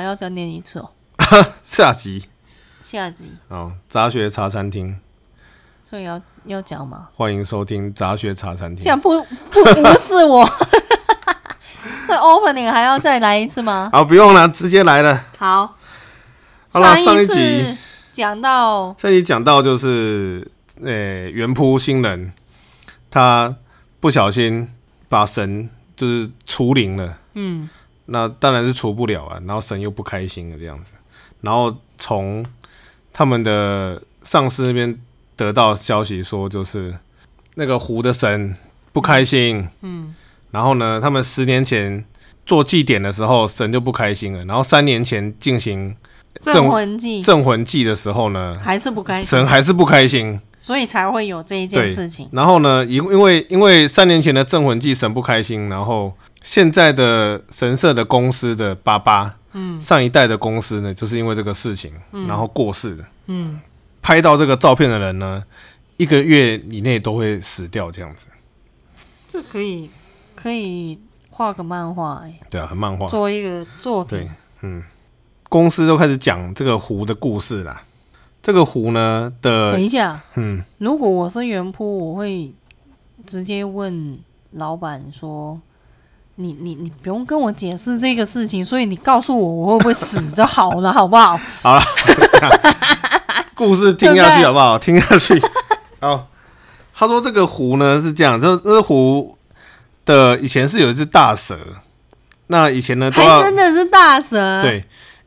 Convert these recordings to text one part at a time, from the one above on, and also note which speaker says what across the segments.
Speaker 1: 呃再念一次哦。
Speaker 2: 下集
Speaker 1: 下集，
Speaker 2: 哦，杂学茶餐厅，
Speaker 1: 所以要要讲吗？
Speaker 2: 欢迎收听杂学茶餐
Speaker 1: 这
Speaker 2: 厅。
Speaker 1: 样不不无视我， 所以 opening 还要再来一次吗？
Speaker 2: 好，不用了，直接来了。
Speaker 1: 好，
Speaker 2: 好了，
Speaker 1: 上
Speaker 2: 上一
Speaker 1: 次
Speaker 2: 集
Speaker 1: 讲到
Speaker 2: 上一集讲到就是，呃、原扑新人他不小心把神就是除灵了，嗯，那当然是除不了啊，然后神又不开心了这样子，然后从他们的上司那边得到消息说，就是那个湖的神不开心，嗯，然后呢，他们十年前做祭典的时候，神就不开心了，然后三年前进行
Speaker 1: 镇魂记
Speaker 2: 镇魂祭的时候呢，
Speaker 1: 还是不开心，
Speaker 2: 神还是不开心。
Speaker 1: 所以才会有这一件
Speaker 2: 对
Speaker 1: 事情。
Speaker 2: 然后呢，因因为因为三年前的镇魂祭神不开心，然后现在的神社的公司的爸爸，嗯，上一代的公司呢，就是因为这个事情，然后过世的，嗯，拍到这个照片的人呢，一个月以内都会死掉，这样子，
Speaker 1: 这可以可以画个漫画、欸，
Speaker 2: 对啊，很漫画，
Speaker 1: 做一个作品。
Speaker 2: 对，嗯，公司都开始讲这个湖的故事啦。这个湖呢的
Speaker 1: 等，一下，
Speaker 2: 嗯，
Speaker 1: 如果我是原铺，我会直接问老板说：“你你你不用跟我解释这个事情，所以你告诉我我会不会死就好了，好不 好
Speaker 2: 故事听下
Speaker 1: 对不
Speaker 2: 去
Speaker 1: 对
Speaker 2: 好不好？听下去。 好，他说这个湖呢是这样，这这湖的以前是有一只大蛇，那以前？”呢都
Speaker 1: 还
Speaker 2: 要
Speaker 1: 真的是大神，，
Speaker 2: 啊对，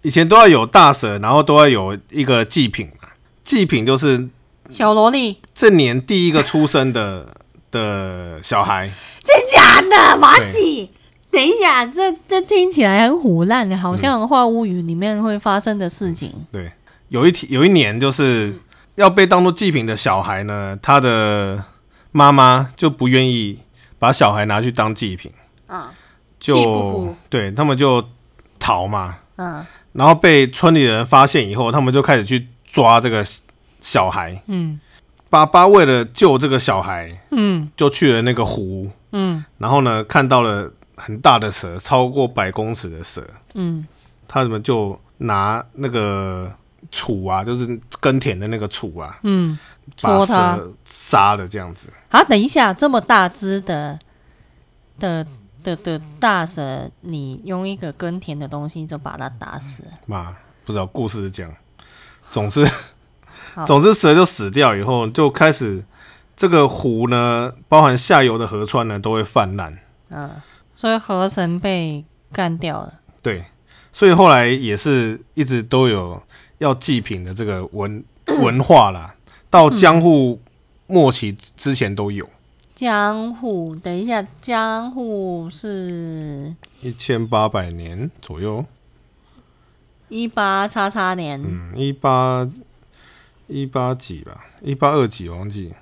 Speaker 2: 以前都要有大蛇，然后都要有一个祭品嘛。祭品就是
Speaker 1: 小萝莉，
Speaker 2: 这年第一个出生的 的小孩，
Speaker 1: 真假的马吉。等一下，这这听起来很虎烂的，
Speaker 2: 嗯
Speaker 1: 好像《话物语》里面会发生的事情。
Speaker 2: 对，有一天有一年就是要被当做祭品的小孩呢，他的妈妈就不愿意把小孩拿去当祭品，
Speaker 1: 啊
Speaker 2: 就
Speaker 1: 气不不
Speaker 2: 对他们就逃嘛，
Speaker 1: 啊
Speaker 2: 然后被村里人发现以后，他们就开始去抓这个小孩。
Speaker 1: 嗯
Speaker 2: 爸爸为了救这个小孩，
Speaker 1: 嗯
Speaker 2: 就去了那个湖，
Speaker 1: 嗯
Speaker 2: 然后呢看到了很大的蛇，超过百公尺的蛇，
Speaker 1: 嗯
Speaker 2: 他们就拿那个杵啊，就是耕田的那个杵啊，
Speaker 1: 嗯，
Speaker 2: 把
Speaker 1: 戳它
Speaker 2: 蛇杀了这样子。
Speaker 1: 啊，等一下，这么大只的的的的大蛇，你用一个耕田的东西就把它打死，
Speaker 2: 嘛，不知道故事是这样。总之
Speaker 1: 好，
Speaker 2: 总之蛇就死掉以后，就开始这个湖呢，包含下游的河川呢，都会泛滥。
Speaker 1: 嗯，所以河神被干掉了。
Speaker 2: 对，所以后来也是一直都有要祭品的这个文文化啦，到江户末期之前都有。
Speaker 1: 江户，等一下，江户是
Speaker 2: 一千八百年左右，
Speaker 1: 一八叉叉年，
Speaker 2: 嗯，一八一八几吧，一八二几忘记。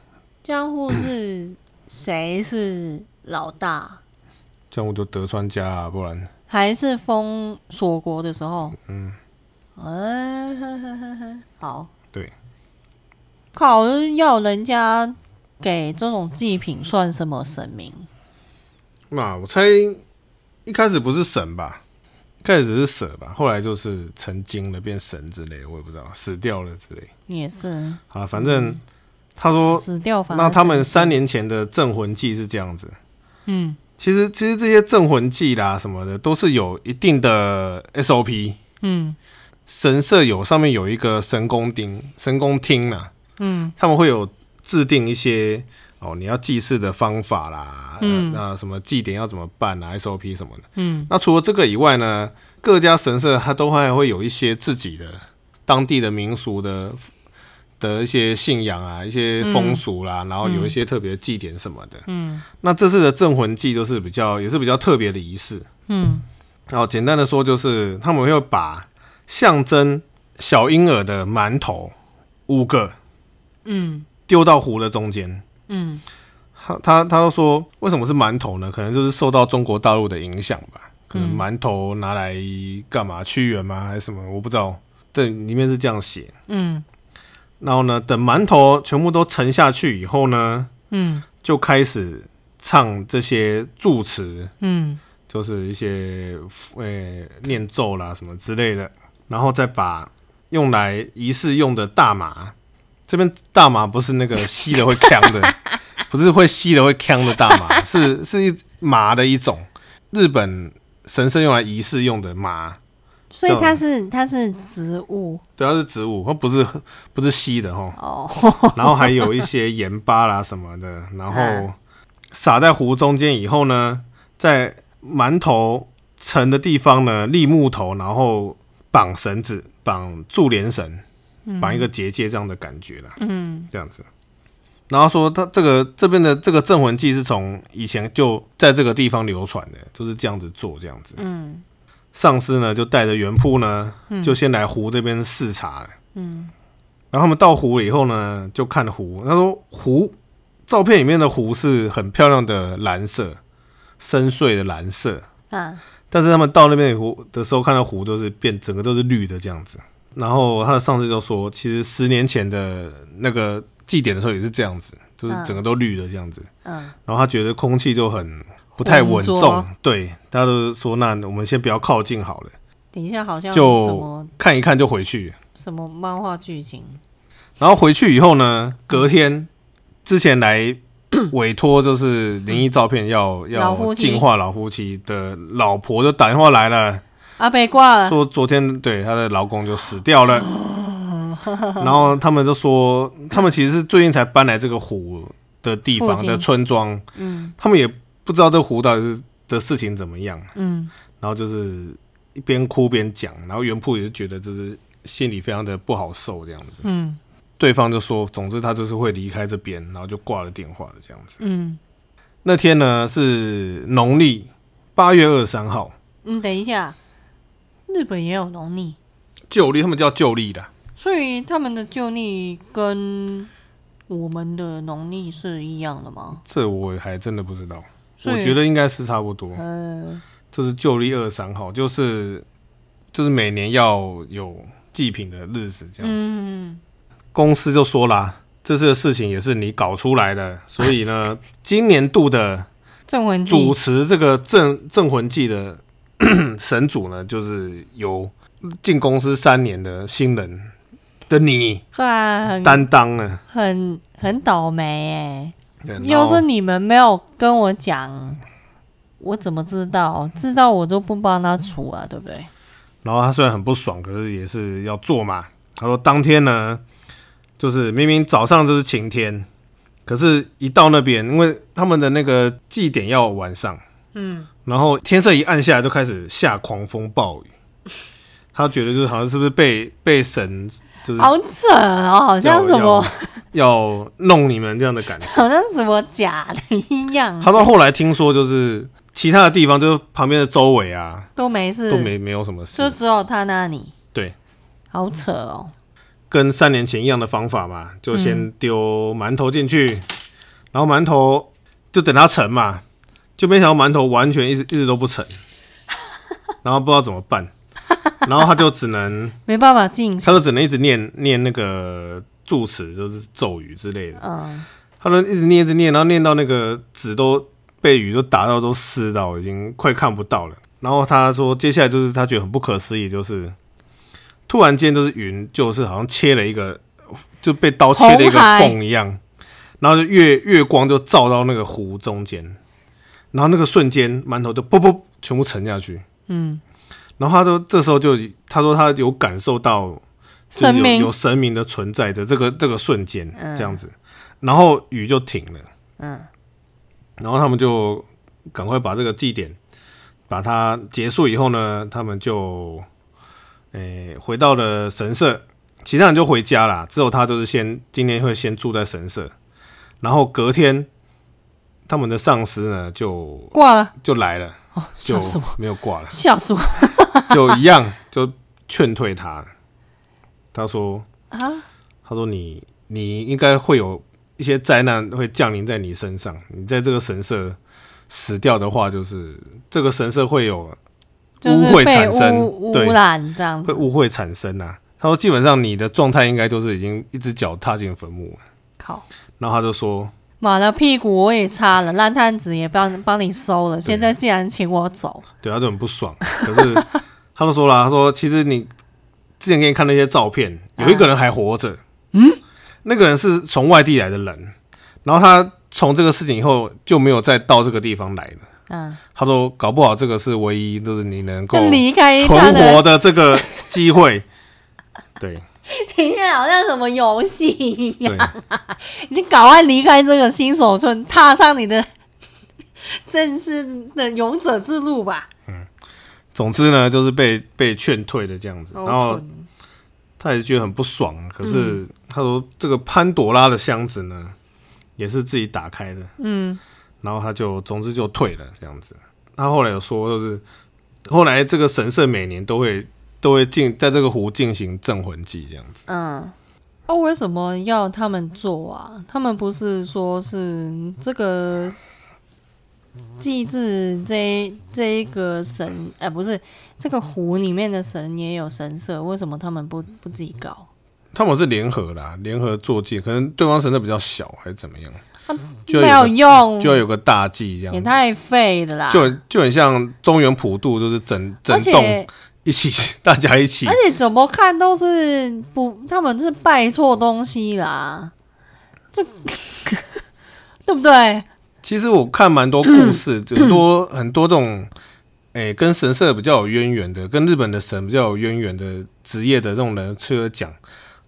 Speaker 1: 江户是谁是老大？
Speaker 2: 江户就德川家啊，不然
Speaker 1: 还是封锁国的时候？嗯，哎、 呵呵呵呵好，
Speaker 2: 对，
Speaker 1: 靠，要人家给这种祭品算什么神明？
Speaker 2: 嘛，我猜一开始不是神吧，一开始只是蛇吧，后来就是成精了变神之类的，我也不知道死掉了之类。
Speaker 1: 也是，
Speaker 2: 好了，反正他说，
Speaker 1: 嗯死掉反而
Speaker 2: 哦那他们
Speaker 1: 是
Speaker 2: 三年前的镇魂祭是这样子。
Speaker 1: 嗯
Speaker 2: 其实，其实这些镇魂祭啦什么的，都是有一定的 SOP。
Speaker 1: 嗯
Speaker 2: 神社有上面有一个神宫厅，神宫厅啦，
Speaker 1: 嗯
Speaker 2: 他们会有制定一些哦，你要祭祀的方法啦，
Speaker 1: 嗯
Speaker 2: 嗯，那什么祭典要怎么办啊，SOP 什么的。
Speaker 1: 嗯
Speaker 2: 那除了这个以外呢，各家神社它都还会有一些自己的当地的民俗的的一些信仰啊，一些风俗啦，然后有一些特别祭典什么的。
Speaker 1: 嗯
Speaker 2: 那这次的镇魂祭就是比较也是比较特别的仪式。
Speaker 1: 嗯
Speaker 2: 然后简单的说，就是他们会把象征小婴儿的馒头五个
Speaker 1: 嗯
Speaker 2: 丢到湖的中间。
Speaker 1: 嗯
Speaker 2: 他他他都说，为什么是馒头呢？可能就是受到中国大陆的影响
Speaker 1: 嗯
Speaker 2: 吧。可能馒头拿来干嘛？屈原吗？还是什么？我不知道。这里面是这样写。
Speaker 1: 嗯
Speaker 2: 然后呢，等馒头全部都沉下去以后呢，
Speaker 1: 嗯
Speaker 2: 就开始唱这些祝词，
Speaker 1: 嗯
Speaker 2: 就是一些呃念咒啦什么之类的，然后再把用来仪式用的大麻，这边大麻不是那个吸了会呛的，不是会吸了会呛的大麻，是是一麻的一种，日本神圣用来仪式用的麻，
Speaker 1: 所以它是它是植物
Speaker 2: 主要是植物，它不是不是吸的哈，
Speaker 1: 哦，
Speaker 2: 然后还有一些盐巴啦什么的，然后
Speaker 1: 嗯
Speaker 2: 撒在壶中间以后呢，在馒头盛的地方呢立木头，然后绑绳子，绑柱连绳，绑一个结界这样的感觉啦，
Speaker 1: 嗯，
Speaker 2: 这样子。然后说他这个这边的这个镇魂记是从以前就在这个地方流传的，就是这样子做这样子。嗯，上司呢就带着原铺呢，就先来湖这边视察了。嗯，然后他们到湖了以后呢，就看湖，他说湖照片里面的湖是很漂亮的蓝色，深邃的蓝色。
Speaker 1: 啊，
Speaker 2: 但是他们到那边湖的时候，看到湖都是变整个都是绿的这样子。然后他的上司就说，其实十年前的那个祭典的时候也是这样子，就是整个都绿的这样子。
Speaker 1: 嗯，
Speaker 2: 然后他觉得空气就很不太稳
Speaker 1: 浑
Speaker 2: 重
Speaker 1: 浊，
Speaker 2: 对，大家都说那我们先不要靠近好了，
Speaker 1: 等一下好像有什
Speaker 2: 就
Speaker 1: 么
Speaker 2: 看一看就回去。
Speaker 1: 什么漫画剧情，
Speaker 2: 然后回去以后呢，隔天之 前来委托就是灵异照片要
Speaker 1: 老
Speaker 2: 要
Speaker 1: 夫妻
Speaker 2: 净化老夫妻的老婆就打电话来了。
Speaker 1: 阿北啊挂了，
Speaker 2: 说昨天对她的老公就死掉了，
Speaker 1: 哦
Speaker 2: 然后他们就说，他们其实是最近才搬来这个湖的地方
Speaker 1: 附近
Speaker 2: 的村庄，
Speaker 1: 嗯
Speaker 2: 他们也不知道这湖到底是的事情怎么样，
Speaker 1: 嗯
Speaker 2: 然后就是一边哭边讲，然后袁铺也是觉得就是心里非常的不好受这样子，
Speaker 1: 嗯
Speaker 2: 对方就说，总之他就是会离开这边，然后就挂了电话了这样子。
Speaker 1: 嗯
Speaker 2: 那天呢是农历八月二十三号，
Speaker 1: 嗯，等一下，日本也有农历，
Speaker 2: 旧历他们叫旧历啦。
Speaker 1: 所以他们的旧历跟我们的农历是一样的吗？
Speaker 2: 这我还真的不知道，
Speaker 1: 所
Speaker 2: 我
Speaker 1: 以
Speaker 2: 觉得应该是差不多。
Speaker 1: 呃，
Speaker 2: 这是旧历二三号，就是就是每年要有祭品的日子这样子。
Speaker 1: 嗯，
Speaker 2: 公司就说啦，这次的事情也是你搞出来的，所 以呢，今年度的
Speaker 1: 郑文
Speaker 2: 主
Speaker 1: 记
Speaker 2: 持这个镇镇魂祭的 神主呢，就是由进公司三年的新人的你
Speaker 1: 啊，很
Speaker 2: 担当呢。
Speaker 1: 很很倒霉哎、
Speaker 2: 对
Speaker 1: 要是
Speaker 2: 然后
Speaker 1: 你们没有跟我讲，我怎么知道？知道我就不帮他除啊，对不对？
Speaker 2: 然后他虽然很不爽，可是也是要做嘛。他说当天呢，就是明明早上就是晴天，可是一到那边，因为他们的那个祭典要晚上，嗯，然后天色一暗下来，就开始下狂风暴雨。他觉得就是好像是不是被被神就是
Speaker 1: 好扯哦，好像
Speaker 2: 要
Speaker 1: 什么，
Speaker 2: 要 要弄你们这样的感觉。
Speaker 1: 好像什么假的一样，
Speaker 2: 他到后来听说就是其他的地方，就是旁边的周围啊，
Speaker 1: 都没事，
Speaker 2: 都没没有什么
Speaker 1: 就
Speaker 2: 事，
Speaker 1: 只有他那里，
Speaker 2: 对，
Speaker 1: 好扯哦，
Speaker 2: 跟三年前一样的方法嘛，
Speaker 1: 嗯
Speaker 2: 就先丢馒头进去，然后馒头就等它沉嘛，就没想到馒头完全一直一直都 不沉，然后不知道怎么办，然后他就只能
Speaker 1: 没办法进
Speaker 2: 他就只能一直念念那个祝词，就是咒语之类的，
Speaker 1: 嗯，
Speaker 2: 他就一直念一直念，然后念到那个纸都被雨都打到都湿到，已经快看不到了。然后他说，接下来就是他觉得很不可思议，就是突然间就是云，就是好像切了一个，就被刀切了一个
Speaker 1: 红海
Speaker 2: 缝一样，然后就月月光就照到那个湖中间，然后那个瞬间馒头就啵啵全部沉下去。
Speaker 1: 嗯，
Speaker 2: 然后他都这时候就他说他有感受到就是
Speaker 1: 神
Speaker 2: 有
Speaker 1: 明
Speaker 2: 有神明的存在的这个这个瞬间这样子，然后雨就停了，
Speaker 1: 嗯，
Speaker 2: 然后他们就赶快把这个祭典把它结束以后呢，他们就诶、回到了神社，其他人就回家啦，只有他就是先今天会先住在神社，然后隔天他们的上司呢就
Speaker 1: 挂了，
Speaker 2: 就来了，
Speaker 1: 哦，
Speaker 2: 就
Speaker 1: 吓死我，
Speaker 2: 没有挂了。
Speaker 1: 吓死我
Speaker 2: 就一样就劝退他。他说
Speaker 1: 啊！：“
Speaker 2: 他说你你应该会有一些灾难会降临在你身上，你在这个神社死掉的话，就是这个神社会有
Speaker 1: 就
Speaker 2: 污
Speaker 1: 是
Speaker 2: 秽
Speaker 1: 被
Speaker 2: 产生
Speaker 1: 污污
Speaker 2: 对
Speaker 1: 染这样
Speaker 2: 会
Speaker 1: 子，
Speaker 2: 误会产生啊。”他说：“基本上你的状态应该就是已经一只脚踏进坟墓了。
Speaker 1: 靠，”
Speaker 2: 然后他就说：“
Speaker 1: 妈的屁股我也擦了，烂摊子也帮帮你收了，现在竟然请我走，
Speaker 2: 对，他就很不爽。可是他都说了，啊他说其实你之前给你看那些照片，有一个人还活着，嗯，那个人是从外地来的人，然后他从这个事情以后就没有再到这个地方来了。
Speaker 1: 嗯，
Speaker 2: 他说搞不好这个是唯一，就是你能够
Speaker 1: 就离开他
Speaker 2: 存活
Speaker 1: 的，
Speaker 2: 的这个机会。对
Speaker 1: 听起来好像什么游戏一样。
Speaker 2: 对，
Speaker 1: 你赶快离开这个新手村，踏上你 的正式的勇者之路吧。
Speaker 2: 总之呢，就是被被劝退的这样子。然后
Speaker 1: 嗯
Speaker 2: 他也觉得很不爽，可是他说这个潘朵拉的箱子呢，也是自己打开的。
Speaker 1: 嗯
Speaker 2: 然后他就总之就退了这样子。他后来有说，就是后来这个神社每年都会都会进在这个湖进行镇魂祭这样子。
Speaker 1: 嗯，那、为什么要他们做啊？他们不是说是这个祭祀这这一个神，哎、不是这个湖里面的神也有神社，为什么他们不不自己搞？
Speaker 2: 他们是联合啦，联合做祭，可能对方神社比较小还是怎么样，就
Speaker 1: 啊
Speaker 2: 有
Speaker 1: 没有
Speaker 2: 个
Speaker 1: 用，
Speaker 2: 就要有个大祭这
Speaker 1: 也
Speaker 2: 样子。
Speaker 1: 太废了啦。
Speaker 2: 就很就很像中原普渡，就是整
Speaker 1: 而
Speaker 2: 整栋
Speaker 1: 且
Speaker 2: 一起， 大家一起
Speaker 1: 而，且怎么看都是不，他们是拜错东西啦，这 对不对？
Speaker 2: 其实我看蛮多故事，
Speaker 1: 嗯
Speaker 2: 很多很多这种，诶、跟神社比较有渊源的，跟日本的神比较有渊源的职业的这种人，去讲，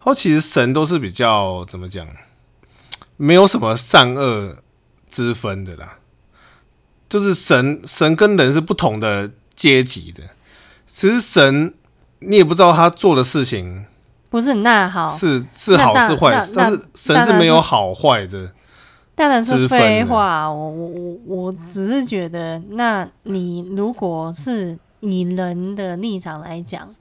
Speaker 2: 他其实神都是比较怎么讲，没有什么善恶之分的啦，就是神神跟人是不同的阶级的。其实神，你也不知道他做的事情
Speaker 1: 不是那好，
Speaker 2: 是是
Speaker 1: 哦那
Speaker 2: 好
Speaker 1: 那
Speaker 2: 是坏
Speaker 1: 那，
Speaker 2: 但
Speaker 1: 那
Speaker 2: 是神
Speaker 1: 当
Speaker 2: 是
Speaker 1: 然
Speaker 2: 没
Speaker 1: 是
Speaker 2: 有好坏的。
Speaker 1: 当然
Speaker 2: 之
Speaker 1: 是
Speaker 2: 分
Speaker 1: 废
Speaker 2: 的
Speaker 1: 话。我我我我只是觉得，那你如果是以人的立场来讲，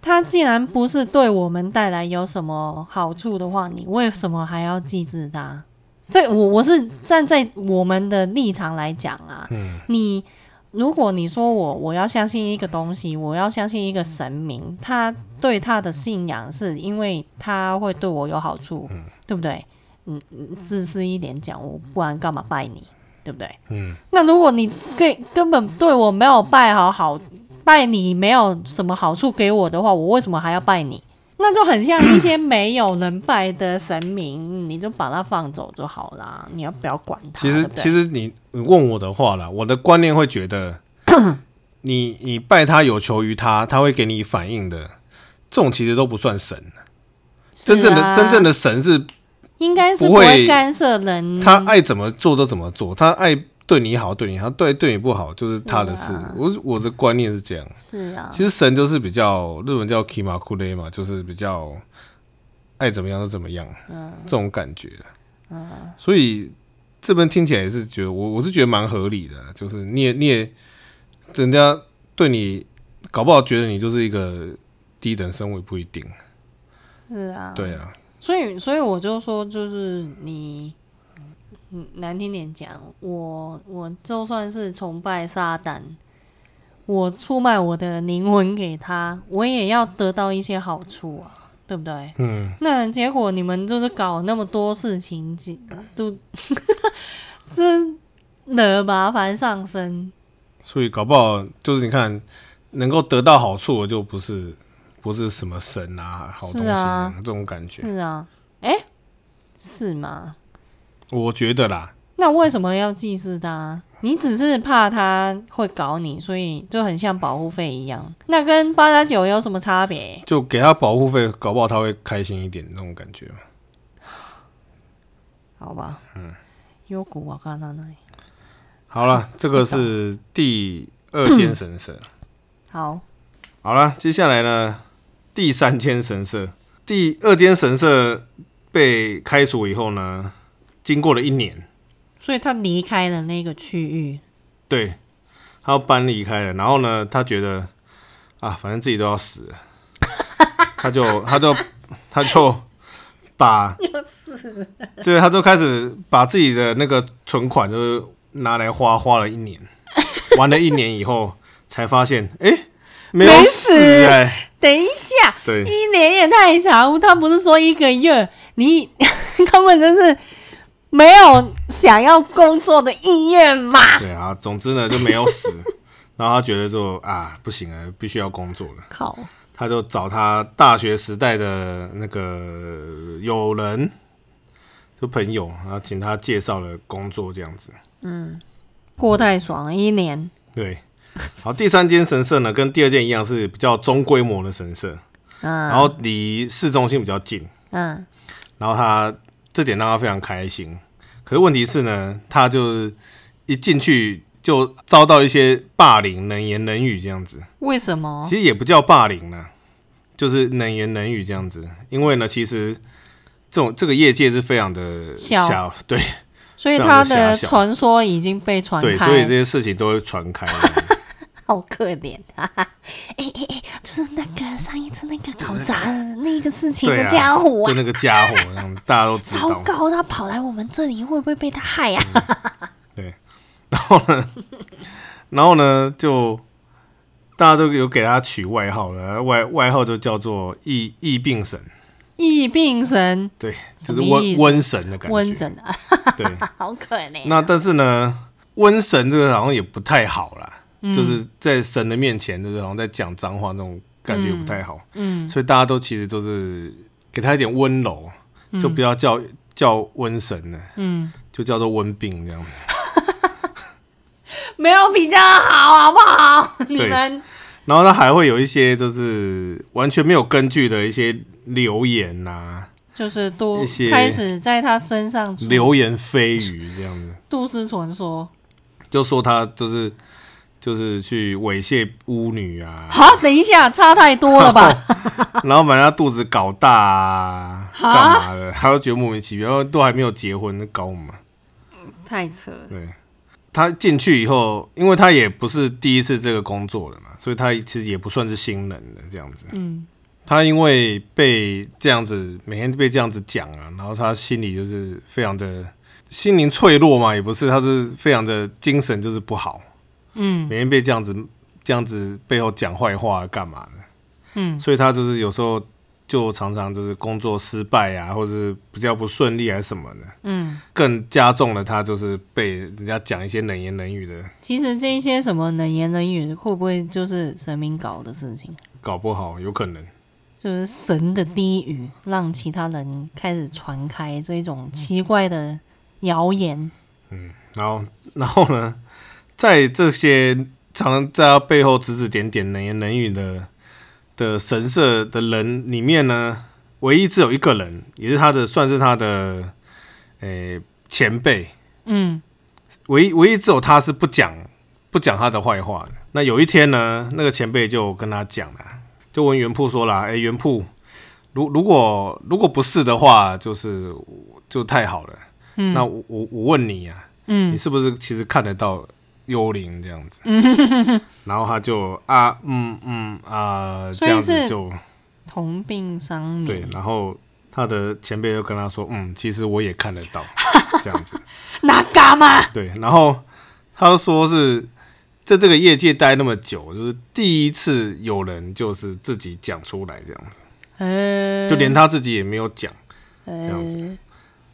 Speaker 1: 他既然不是对我们带来有什么好处的话，你为什么还要祭祀他？这我我是站在我们的立场来讲啊，你如果你说我我要相信一个东西，我要相信一个神明，他对他的信仰是因为他会对我有好处，对不对？嗯，嗯自私一点讲，我不然干嘛拜你，对不对？
Speaker 2: 嗯，
Speaker 1: 那如果你根根本对我没有拜好好拜你没有什么好处给我的话，我为什么还要拜你？那就很像一些没有人拜的神明，你就把他放走就好啦，你要不要管他？
Speaker 2: 其实
Speaker 1: 对不对
Speaker 2: 其实你你问我的话啦，我的观念会 觉得你，你拜他有求于他，他会给你反应的，这种其实都不算神。真正
Speaker 1: 是
Speaker 2: 的
Speaker 1: 啊
Speaker 2: 真正的神是
Speaker 1: 应该是
Speaker 2: 不
Speaker 1: 不
Speaker 2: 会
Speaker 1: 会干涉人，
Speaker 2: 他爱怎么做都怎么做，他爱对你好对你好，对对你不好就是他的事。
Speaker 1: 是啊
Speaker 2: 我我的观念是这样，
Speaker 1: 是啊，
Speaker 2: 其实神就是比较日文叫 kimakure 嘛，就是比较爱怎么样就怎么样，
Speaker 1: 嗯
Speaker 2: 这种感觉。所以这边听起来也是觉得我我是觉得蛮合理的，啊就是你也你也人家对你搞不好觉得你就是一个低等生物也不一定，
Speaker 1: 是啊，
Speaker 2: 对啊，
Speaker 1: 所以，所以我就说，就是你，嗯，难听点讲，我我就算是崇拜撒旦，我出卖我的灵魂给他，我也要得到一些好处啊，对不对？
Speaker 2: 嗯，
Speaker 1: 那结果你们就是搞那么多事情，几 都这惹麻烦上身，
Speaker 2: 所以搞不好就是你看能够得到好处的就不是不是什么神啊好东西、
Speaker 1: 是啊
Speaker 2: 这种感觉，
Speaker 1: 是啊，哎、是吗？
Speaker 2: 我觉得啦，
Speaker 1: 那为什么要祭祀他？你只是怕他会搞你，所以就很像保护费一样。那跟八加九有什么差别？
Speaker 2: 就给他保护费，搞不好他会开心一点那种感觉嘛。
Speaker 1: 好吧，嗯，有股瓦嘎那那里
Speaker 2: 好了，这个是第二间神社。
Speaker 1: 好，
Speaker 2: 好了，接下来呢，第三间神社，第二间神社被开除以后呢，经过了一年，
Speaker 1: 所以他离开了那个区域，
Speaker 2: 对，他要搬离开了。然后呢，他觉得啊，反正自己都要死了，他就他就他就把对，他就开始把自己的那个存款就是拿来花，花了一年，玩了一年以后才发现，哎、没有
Speaker 1: 没
Speaker 2: 死
Speaker 1: 死
Speaker 2: 哎、
Speaker 1: 等一下，
Speaker 2: 对。
Speaker 1: 一年也太长，他不是说一个月，你根本就是没有想要工作的意愿嘛。
Speaker 2: 对啊，总之呢就没有死。然后他觉得就啊不行了，必须要工作了，
Speaker 1: 靠，
Speaker 2: 他就找他大学时代的那个友人，就朋友，然后请他介绍了工作这样子。
Speaker 1: 过太爽了，一年
Speaker 2: 对，好，第三间神社呢跟第二间一样是比较中规模的神社，然后离市中心比较近，
Speaker 1: 嗯，
Speaker 2: 然后他这点让他非常开心。可是问题是呢，他就一进去就遭到一些霸凌、冷言冷语这样子。
Speaker 1: 为什么？
Speaker 2: 其实也不叫霸凌啦，就是冷言冷语这样子。因为呢，其实这种这个业界是非常的
Speaker 1: 小
Speaker 2: 小，对
Speaker 1: 所以他
Speaker 2: 非常
Speaker 1: 的
Speaker 2: 的狭小
Speaker 1: 传说已经被传
Speaker 2: 对，
Speaker 1: 开，
Speaker 2: 所以这些事情都会传 开。
Speaker 1: 好可怜啊！ 哎哎哎，就是那个上一次那个搞砸了那个事情
Speaker 2: 对
Speaker 1: 的
Speaker 2: 啊，
Speaker 1: 家伙
Speaker 2: 就
Speaker 1: 啊，
Speaker 2: 那个家伙，这样大家都知
Speaker 1: 糟
Speaker 2: 道。
Speaker 1: 糕，他跑来我们这里会不会被他害啊？
Speaker 2: 对，然后呢， 然后呢，就大家都有给他取外号了，外外号就叫做疫疫病神，
Speaker 1: 疫病神，
Speaker 2: 对，
Speaker 1: 什
Speaker 2: 就
Speaker 1: 么
Speaker 2: 是
Speaker 1: 意
Speaker 2: 瘟
Speaker 1: 思
Speaker 2: 瘟神的感觉。
Speaker 1: 瘟神啊，
Speaker 2: 对，
Speaker 1: 好可怜。
Speaker 2: 那但是呢，瘟神这个好像也不太好啦，
Speaker 1: 嗯
Speaker 2: 就是在神的面前，就是好像在讲脏话那种感觉不太好，
Speaker 1: 嗯，
Speaker 2: 所以大家都其实都是给他一点温柔，就不要叫、叫瘟神了，
Speaker 1: 嗯，
Speaker 2: 就叫做瘟病这样子。
Speaker 1: 没有比较好，好不好？你们
Speaker 2: 然后他还会有一些就是完全没有根据的一些留言啊呐、
Speaker 1: 就是都
Speaker 2: 一些
Speaker 1: 开始在他身上出
Speaker 2: 流言蜚语这样子，
Speaker 1: 都市传说
Speaker 2: 就说他就是就是去猥亵巫女啊，
Speaker 1: 好，等一下，差太多了 吧？
Speaker 2: 然后把人家肚子搞大啊，干嘛的？他就觉得莫名其妙，都还没有结婚，那搞我们。
Speaker 1: 太扯了。
Speaker 2: 对，他进去以后，因为他也不是第一次这个工作了嘛，所以他其实也不算是新人了这样子。
Speaker 1: 嗯，
Speaker 2: 他因为被这样子每天被这样子讲啊，然后他心里就是非常的心灵脆弱嘛，也不是，他是非常的精神就是不好，
Speaker 1: 嗯
Speaker 2: 每天被这样子这样子背后讲坏话干嘛的，
Speaker 1: 嗯
Speaker 2: 所以他就是有时候就常常就是工作失败啊，或者是比较不顺利还是什么的，
Speaker 1: 嗯，
Speaker 2: 更加重了他就是被人家讲一些冷言冷语的，
Speaker 1: 其实这一些什么冷言冷语，会不会就是神明搞的事情？
Speaker 2: 搞不好有可能。
Speaker 1: 就是神的低语，让其他人开始传开这种奇怪的谣言。
Speaker 2: 然后，然后呢，在这些常常在他背后指指点点、冷言冷语的的神社的人里面呢，唯一只有一个人，也是他的，算是他的，诶、前辈，
Speaker 1: 嗯
Speaker 2: 唯一唯一只有他是不讲不讲他的坏话的。那有一天呢，那个前辈就跟他讲了，就问袁铺说啦，诶、袁铺，如如果如果不是的话，就是就太好了。
Speaker 1: 嗯
Speaker 2: 那我我我问你啊，你
Speaker 1: 嗯
Speaker 2: 是不是其实看得到幽灵这样 子？然后他就啊，嗯嗯啊，
Speaker 1: 所
Speaker 2: 这
Speaker 1: 以
Speaker 2: 样
Speaker 1: 是
Speaker 2: 子就
Speaker 1: 同病相怜。
Speaker 2: 对。然后他的前辈就跟他说，嗯，其实我也看得到这样子。
Speaker 1: 那干嘛？
Speaker 2: 对，然后他就说是在这个业界待那么久，就是第一次有人就是自己讲出来这样子，
Speaker 1: 呃，
Speaker 2: 就连他自己也没有讲，
Speaker 1: 这
Speaker 2: 样子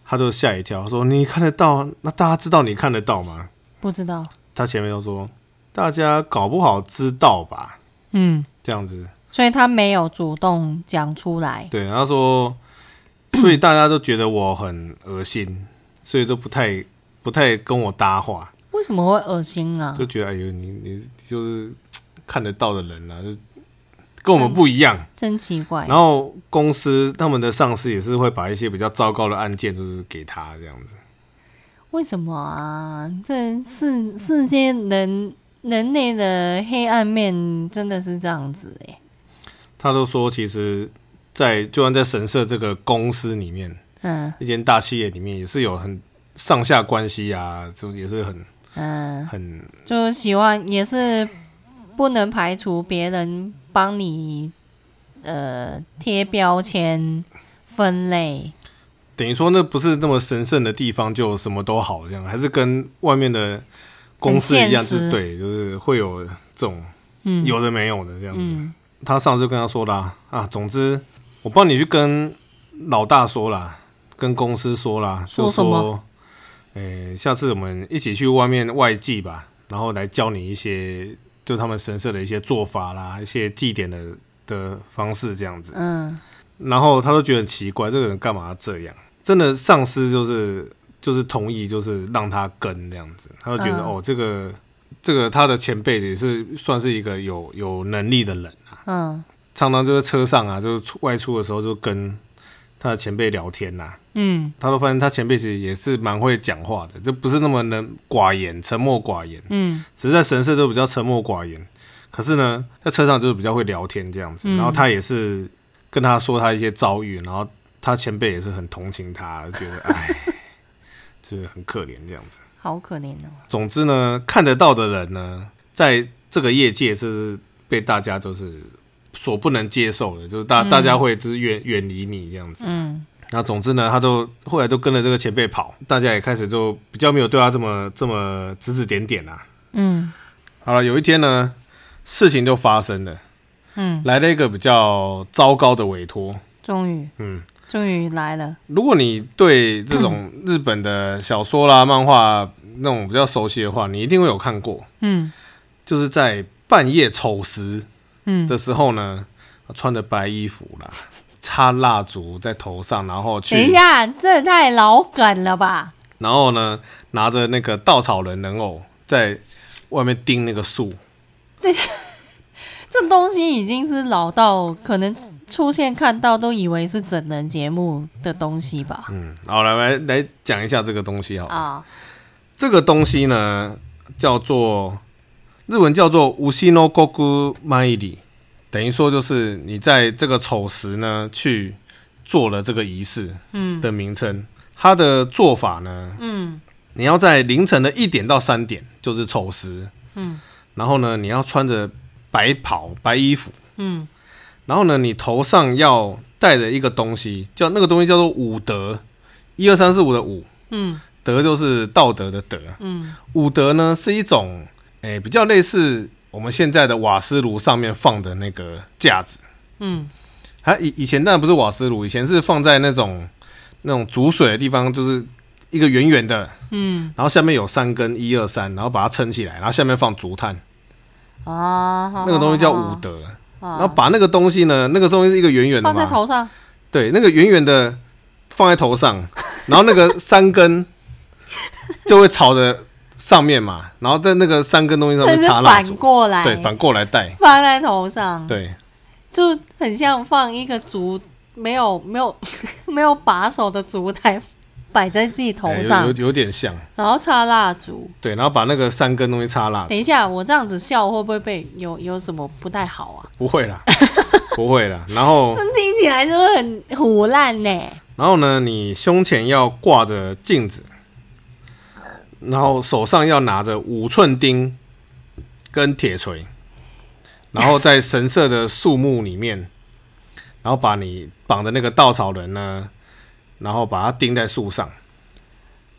Speaker 2: 他就吓一跳，他说你看得到？那大家知道你看得到吗？
Speaker 1: 不知道。
Speaker 2: 他前面就说大家搞不好知道吧。
Speaker 1: 嗯，
Speaker 2: 这样子。
Speaker 1: 所以他没有主动讲出来。
Speaker 2: 对，他说，所以大家都觉得我很恶心，所以都不太不太跟我搭话，
Speaker 1: 为什么会恶心啊
Speaker 2: 就？觉得哎呦，你你就是看得到的人啊，就跟我们不一样。
Speaker 1: 真奇怪。
Speaker 2: 然后公司他们的上司也是会把一些比较糟糕的案件，就是给他这样子。
Speaker 1: 为什么啊？这世世间人人类的黑暗面真的是这样子哎、
Speaker 2: 他都说，其实在就算在神社这个公司里面，
Speaker 1: 嗯
Speaker 2: 一间大企业里面，也是有很上下关系啊，就也是很
Speaker 1: 嗯，
Speaker 2: 很
Speaker 1: 就是喜欢也是不能排除别人帮你呃贴标签、分类。
Speaker 2: 等于说那不是那么神圣的地方就什么都好这样，还是跟外面的公司一样，
Speaker 1: 很现实
Speaker 2: 就是对，就是会有这种
Speaker 1: 嗯
Speaker 2: 有的没有的这样子。
Speaker 1: 嗯
Speaker 2: 他上次就跟他说啦，啊，总之我帮你去跟老大说啦，跟公司说啦，
Speaker 1: 说
Speaker 2: 就
Speaker 1: 什么
Speaker 2: 说诶、下次我们一起去外面外祭吧，然后来教你一些就他们神社的一些做法啦，一些祭典的的方式这样子。
Speaker 1: 嗯，
Speaker 2: 然后他都觉得很奇怪，这个人干嘛这样？真的上司就是就是同意，就是让他跟这样子，他就觉得、
Speaker 1: 嗯
Speaker 2: 哦，这个这个他的前辈也是算是一个有有能力的人啊，
Speaker 1: 嗯
Speaker 2: 常常就在车上啊，就是出外出的时候就跟他的前辈聊天呐、
Speaker 1: 嗯
Speaker 2: 他都发现他前辈其实也是蛮会讲话的，就不是那么能寡言、沉默寡言，
Speaker 1: 嗯
Speaker 2: 只是在神社都比较沉默寡言。可是呢，在车上就是比较会聊天这样子。
Speaker 1: 嗯
Speaker 2: 然后他也是跟他说他一些遭遇，然后他前辈也是很同情他，就觉得哎， 就是很可怜这样子。
Speaker 1: 好可怜哦。
Speaker 2: 总之呢，看得到的人呢，在这个业界是被大家就是所不能接受的，就是大、大家会就是远远离你这样子。
Speaker 1: 嗯
Speaker 2: 那总之呢，他都后来都跟着这个前辈跑，大家也开始就比较没有对他这么这么指指点点啦、啊
Speaker 1: 嗯
Speaker 2: 好了，有一天呢，事情就发生了，
Speaker 1: 嗯，
Speaker 2: 来了一个比较糟糕的委托。
Speaker 1: 终于
Speaker 2: 嗯，
Speaker 1: 终于来了。
Speaker 2: 如果你对这种日本的小说啦、漫画啊那种比较熟悉的话，你一定会有看过，
Speaker 1: 嗯
Speaker 2: 就是在半夜丑时
Speaker 1: 嗯
Speaker 2: 的时候呢，穿着白衣服 啦，插蜡烛在头上，然后去
Speaker 1: 等一下，这也太老梗了吧？
Speaker 2: 然后呢，拿着那个稻草人人偶在外面钉那个树，
Speaker 1: 这东西已经是老到可能出现看到都以为是整人节目的东西吧？
Speaker 2: 嗯，好，来来来讲一下这个东西好了
Speaker 1: 啊，
Speaker 2: 这个东西呢叫做日文叫做无西诺ゴグマイリ，等于说就是你在这个丑时呢去做了这个仪式，嗯的名称。它的做法呢，
Speaker 1: 嗯
Speaker 2: 你要在凌晨的一点到三点，就是丑时，
Speaker 1: 嗯，
Speaker 2: 然后呢，你要穿着白袍、白衣服，
Speaker 1: 嗯
Speaker 2: 然后呢，你头上要戴着一个东西，叫那个东西叫做五德，一二三四五的五，
Speaker 1: 嗯
Speaker 2: 德就是道德的德，
Speaker 1: 嗯
Speaker 2: 五德呢是一种，诶、比较类似我们现在的瓦斯炉上面放的那个架子，
Speaker 1: 嗯
Speaker 2: 它以以前当然不是瓦斯炉，以前是放在那种那种煮水的地方，就是一个圆圆的，
Speaker 1: 嗯
Speaker 2: 然后下面有三根一二三，然后把它撑起来，然后下面放竹炭，
Speaker 1: 啊，好
Speaker 2: 那个东西叫五，
Speaker 1: 好
Speaker 2: 德，
Speaker 1: 好
Speaker 2: 然
Speaker 1: 好
Speaker 2: 后把那个东西呢，那个东西是一个圆圆的
Speaker 1: 哦放在
Speaker 2: 嘛，
Speaker 1: 头上，
Speaker 2: 对，那个圆圆的放在头 上，然后那个三根就会朝着上面嘛，然后在那个三根东西上
Speaker 1: 但
Speaker 2: 面
Speaker 1: 是
Speaker 2: 插蜡
Speaker 1: 反
Speaker 2: 烛，
Speaker 1: 过来，
Speaker 2: 对，反过来戴，
Speaker 1: 放在头上，
Speaker 2: 对，
Speaker 1: 就很像放一个竹，没有没有 没有把手的烛台摆在自己头
Speaker 2: 哎有
Speaker 1: 上
Speaker 2: 有，有点像，
Speaker 1: 然后插蜡烛。
Speaker 2: 对，然后把那个三根东西插蜡烛，
Speaker 1: 等一下，我这样子笑会不会被有有什么不太好啊？
Speaker 2: 不会啦，不会啦，然后
Speaker 1: 这听起来是不是很胡烂呢、
Speaker 2: 然后呢，你胸前要挂着镜子，然后手上要拿着五寸钉跟铁锤，然后在神社的树木里面，然后把你绑的那个稻草人呢，然后把它钉在树上，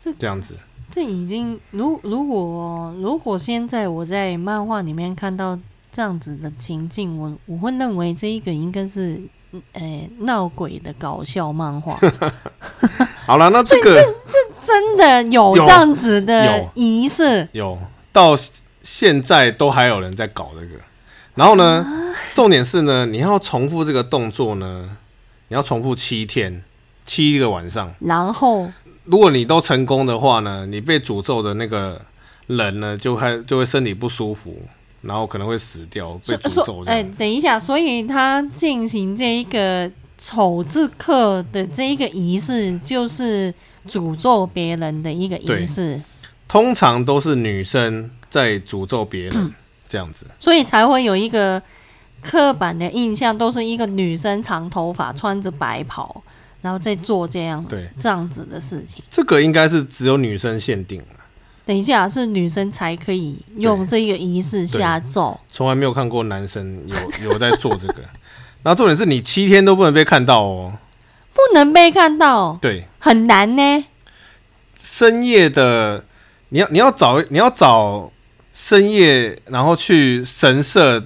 Speaker 1: 这
Speaker 2: 这样子，
Speaker 1: 这已经，如如果如果现在我在漫画里面看到这样子的情境，我我会认为这一个应该是，嗯诶、闹鬼的搞笑漫 画，
Speaker 2: 好了，那这个
Speaker 1: 真的有
Speaker 2: 有
Speaker 1: 这样子的
Speaker 2: 有
Speaker 1: 仪式，
Speaker 2: 有到现在都还有人在搞这个，然后呢，重点是呢，你要重复这个动作呢，你要重复七天，七个晚上。
Speaker 1: 然后
Speaker 2: 如果你都成功的话呢，你被诅咒的那个人呢，就还就会身体不舒服，然后可能会死掉，被
Speaker 1: 所
Speaker 2: 诅咒
Speaker 1: 所
Speaker 2: 这
Speaker 1: 哎、
Speaker 2: 样。
Speaker 1: 等一下，所以他进行这一个丑字课的这一个仪式，就是诅咒别人的一个仪
Speaker 2: 对
Speaker 1: 式，
Speaker 2: 通常都是女生在诅咒别人这样子。
Speaker 1: 所以才会有一个刻板的印象，都是一个女生长头发，穿着白袍，然后再做这样
Speaker 2: 对，
Speaker 1: 这样子的事情。
Speaker 2: 这个应该是只有女生限定了
Speaker 1: 等一下，是女生才可以用这个仪式下咒。
Speaker 2: 从来没有看过男生有有 在做这个。然后重点是你七天都不能被看到哦。
Speaker 1: 不能被看到，
Speaker 2: 对，
Speaker 1: 很难呢。
Speaker 2: 深夜的，你要你要找你要找深夜，然后去神社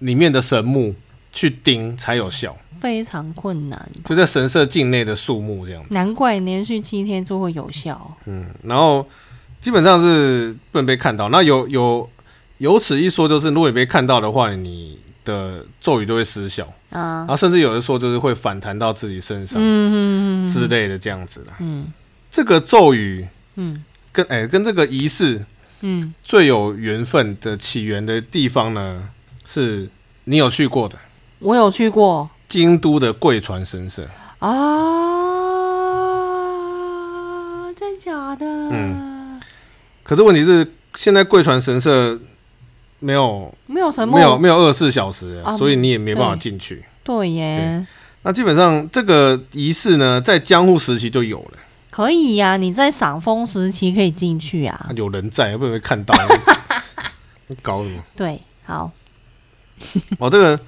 Speaker 2: 里面的神木，去盯才有效，
Speaker 1: 非常困难，
Speaker 2: 就在神社境内的树木这样子。
Speaker 1: 难怪连续七天就会有效。
Speaker 2: 嗯，然后基本上是不能被看到。那有有有此一说，就是如果你被看到的话，你的咒语都会失效，
Speaker 1: 啊
Speaker 2: 然，后甚至有人说就是会反弹到自己身上
Speaker 1: 嗯嗯
Speaker 2: 之类的这样子啦。
Speaker 1: 嗯
Speaker 2: 这个咒语
Speaker 1: 嗯
Speaker 2: 跟哎、跟这个仪式
Speaker 1: 嗯，
Speaker 2: 最有缘分的起源的地方呢，是你有去过的
Speaker 1: 我有去过
Speaker 2: 京都的贵船神社。
Speaker 1: 啊，真假的？
Speaker 2: 嗯，可是问题是，现在贵船神社没有
Speaker 1: 没有什么，
Speaker 2: 没有没有二十四小时了、
Speaker 1: 啊
Speaker 2: 所以你也没办法
Speaker 1: 对
Speaker 2: 进去。
Speaker 1: 对耶，
Speaker 2: 那基本上这个仪式呢，在江户时期就有了，
Speaker 1: 可以呀、你在赏枫时期可以进去啊
Speaker 2: 啊。有人在，不然会看到。 你搞什么？
Speaker 1: 对，好，
Speaker 2: 哦，这个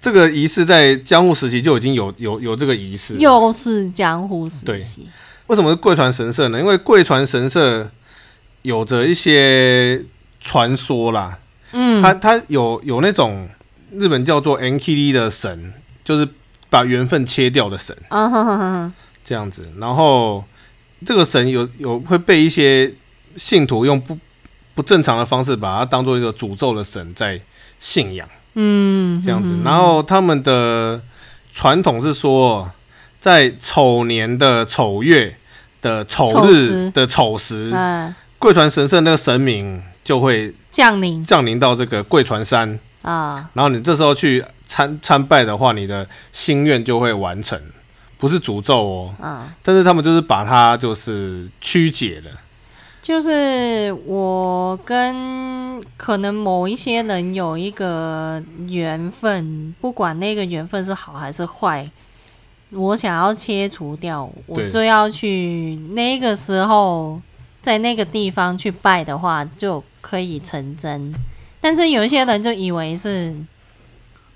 Speaker 2: 这个仪式在江户时期就已经有有有这个仪式了。
Speaker 1: 又是江户时期，
Speaker 2: 为什么是贵船神社呢？因为贵船神社有着一些传说啦，
Speaker 1: 嗯，
Speaker 2: 它它有有那种日本叫做 NKD 的神，就是把缘分切掉的神
Speaker 1: 啊哈哈哈，
Speaker 2: 这样子。然后这个神有有会被一些信徒用不不正常的方式把它当做一个诅咒的神在信仰
Speaker 1: 嗯，
Speaker 2: 这样子。然后他们的传统是说，在丑年的丑月的丑
Speaker 1: 丑
Speaker 2: 日
Speaker 1: 时
Speaker 2: 的丑时，
Speaker 1: 嗯，
Speaker 2: 贵船神社那个神明就会
Speaker 1: 降临
Speaker 2: 降临到这个贵船山。
Speaker 1: 啊，
Speaker 2: 然后你这时候去参参拜的话，你的心愿就会完成，不是诅咒哦。
Speaker 1: 啊，
Speaker 2: 但是他们就是把它就是曲解了，
Speaker 1: 就是我跟可能某一些人有一个缘分，不管那个缘分是好还是坏，我想要切除掉，我
Speaker 2: 对
Speaker 1: 就要去那个时候在那个地方去拜的话，就可以成真。但是有一些人就以为是，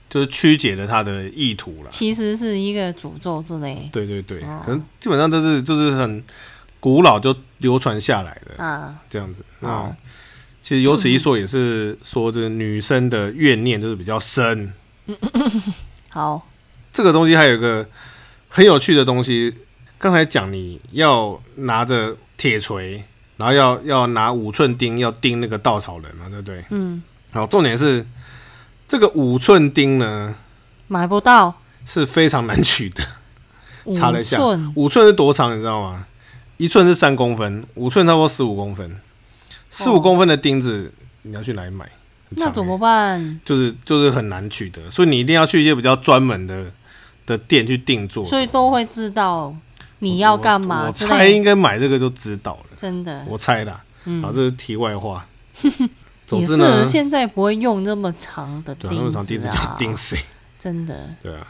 Speaker 2: 就是曲解了他的意图了。
Speaker 1: 其实是一个诅咒之类
Speaker 2: 对对对
Speaker 1: 哦，
Speaker 2: 可能基本上这是就是很古老就流传下来的
Speaker 1: 啊，
Speaker 2: 这样子。那
Speaker 1: 哦
Speaker 2: 其实有此一说，也是说这个女生的怨念就是比较深。
Speaker 1: 好，
Speaker 2: 这个东西还有一个很有趣的东西，刚才讲你要拿着铁锤，然后要要拿五寸钉要钉那个稻草人嘛，对不对？
Speaker 1: 嗯，
Speaker 2: 好，重点是这个五寸钉呢
Speaker 1: 买不到
Speaker 2: 是非常难取 的，
Speaker 1: 五
Speaker 2: 查了一下
Speaker 1: 寸，
Speaker 2: 五寸是多长你知道吗？一寸是三公分，五寸差不多十五公分，十五
Speaker 1: 哦
Speaker 2: 公分的钉子你要去哪里买？很
Speaker 1: 那
Speaker 2: 长
Speaker 1: 怎
Speaker 2: 欸
Speaker 1: 么办？
Speaker 2: 就是就是很难取得，所以你一定要去一些比较专门的的店去定做。
Speaker 1: 所以都会知道你要干
Speaker 2: 我
Speaker 1: 嘛
Speaker 2: 我
Speaker 1: 之
Speaker 2: 猜
Speaker 1: 类
Speaker 2: 应
Speaker 1: 的。
Speaker 2: 该买这个就知道了，
Speaker 1: 真的，
Speaker 2: 我猜的。然后这是题 外话。总
Speaker 1: 也
Speaker 2: 之
Speaker 1: 是
Speaker 2: 呢，
Speaker 1: 现在不会用那么长的
Speaker 2: 对啊，那
Speaker 1: 钉
Speaker 2: 么长钉
Speaker 1: 子
Speaker 2: 子叫
Speaker 1: 啊，
Speaker 2: 钉谁？
Speaker 1: 真的，
Speaker 2: 对啊。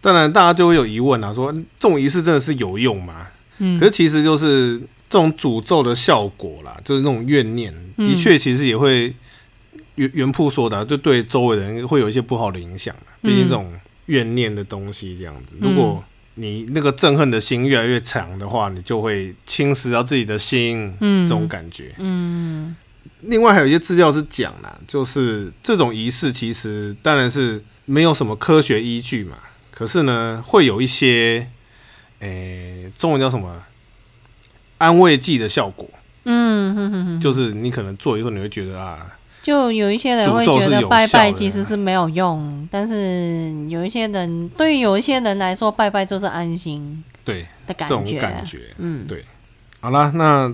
Speaker 2: 当然，大家就会有疑问啊，说嗯这种仪式真的是有用吗？
Speaker 1: 嗯
Speaker 2: 可是其实就是这种诅咒的效果啦，就是那种怨念，
Speaker 1: 嗯
Speaker 2: 的确其实也会原原铺说的啊、就对周围的人会有一些不好的影响啊。
Speaker 1: 嗯
Speaker 2: 毕竟这种怨念的东西，这样子，如果你那个憎恨的心越来越强的话，你就会侵蚀到自己的心，
Speaker 1: 嗯
Speaker 2: 这种感觉。
Speaker 1: 嗯
Speaker 2: 另外还有一些资料是讲啦，就是这种仪式其实当然是没有什么科学依据嘛，可是呢，会有一些，诶、中文叫什么啊安慰剂的效果，
Speaker 1: 嗯哼哼哼，
Speaker 2: 就是你可能做以后你会觉得啊，
Speaker 1: 就有一些人会
Speaker 2: 诅咒
Speaker 1: 觉
Speaker 2: 是有效
Speaker 1: 得
Speaker 2: 的
Speaker 1: 拜拜其实是没有用，但是有一些人对于有一些人来说，拜拜就是安心
Speaker 2: 对
Speaker 1: 的
Speaker 2: 这
Speaker 1: 感
Speaker 2: 种
Speaker 1: 觉。
Speaker 2: 感觉。
Speaker 1: 嗯，
Speaker 2: 好啦，那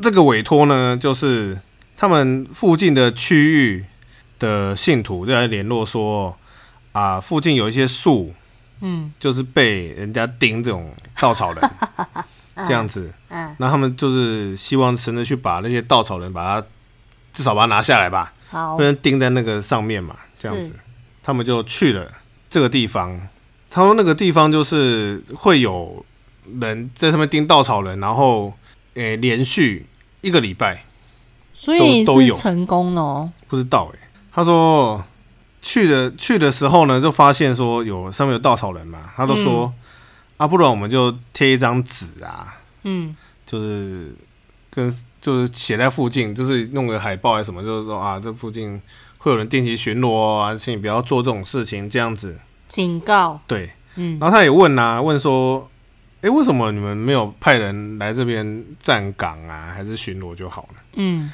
Speaker 2: 这个委托呢，就是他们附近的区域的信徒就来联络说，啊，附近有一些树，
Speaker 1: 嗯，
Speaker 2: 就是被人家钉这种稻 草人。这样子，
Speaker 1: 嗯，
Speaker 2: 那他们就是希望神的去把那些稻草人，把它至少把它拿下来吧，
Speaker 1: 好
Speaker 2: 不，能钉在那个上面嘛。这样
Speaker 1: 哦是，
Speaker 2: 子他们就去了这个地方。他说那个地方就是会有人在上面钉稻草人，然后诶、连续一个礼拜
Speaker 1: 所以
Speaker 2: 都都有
Speaker 1: 是成功了哦。
Speaker 2: 不知道诶、欸他说去的去的时候呢，就发现说有上面有稻草人嘛，他都说、啊，不然我们就贴一张纸啊，
Speaker 1: 嗯
Speaker 2: 就是跟就是写在附近，就是弄个海报还是什么，就是说啊，这附近会有人定期巡逻啊，请你不要做这种事情，这样子。
Speaker 1: 警告，
Speaker 2: 对，
Speaker 1: 嗯，
Speaker 2: 然后他也问啊，问说，诶，为什么你们没有派人来这边站岗啊，还是巡逻就好了？
Speaker 1: 嗯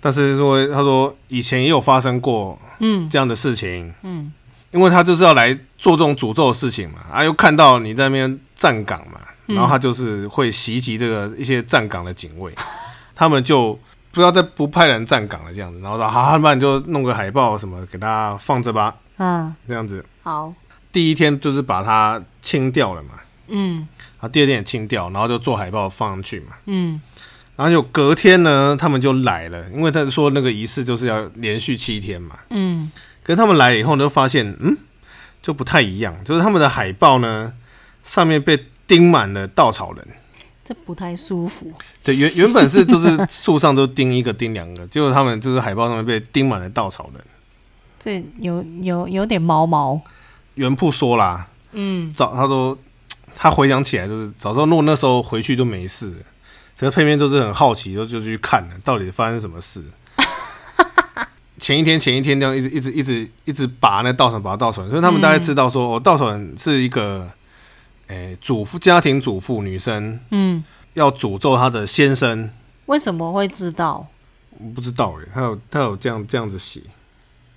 Speaker 2: 但是说，他说以前也有发生过
Speaker 1: 嗯
Speaker 2: 这样的事情，
Speaker 1: 嗯
Speaker 2: 因为他就是要来做这种诅咒的事情嘛，啊，又看到你在那边站岗嘛，
Speaker 1: 嗯
Speaker 2: 然后他就是会袭击这个一些站岗的警卫， 他们就不知道在不派人站岗了这样子，然后说啊，那你就弄个海报什么给大家放着吧，
Speaker 1: 嗯，
Speaker 2: 这样子。
Speaker 1: 好，
Speaker 2: 第一天就是把它清掉了嘛，
Speaker 1: 嗯
Speaker 2: 然后第二天也清掉，然后就做海报放上去嘛，
Speaker 1: 嗯
Speaker 2: 然后就隔天呢，他们就来了，因为他说那个仪式就是要连续七天嘛，
Speaker 1: 嗯
Speaker 2: 可是他们来以后呢，就发现嗯，就不太一样，就是他们的海报呢上面被钉满了稻草人。
Speaker 1: 这不太舒服，
Speaker 2: 对，原原本是就是树上都钉一个钉两个，结果他们就是海报上面被钉满了稻草人。
Speaker 1: 这有有有点毛毛，
Speaker 2: 原铺说啦，
Speaker 1: 嗯
Speaker 2: 早他说他回想起来就是早知道诺那时候回去就没事了，整个配面都是很好奇，就就去看了到底发生什么 事。前一天前一天这样一直一直一直一直拔那稻草拔稻草人，所以他们大概知道说、
Speaker 1: 嗯
Speaker 2: 哦稻草人是一个诶、主妇家庭主妇女生
Speaker 1: 嗯，
Speaker 2: 要诅咒她的先生，
Speaker 1: 为什么会知道？
Speaker 2: 我不知道诶，他有他有这样这样子写，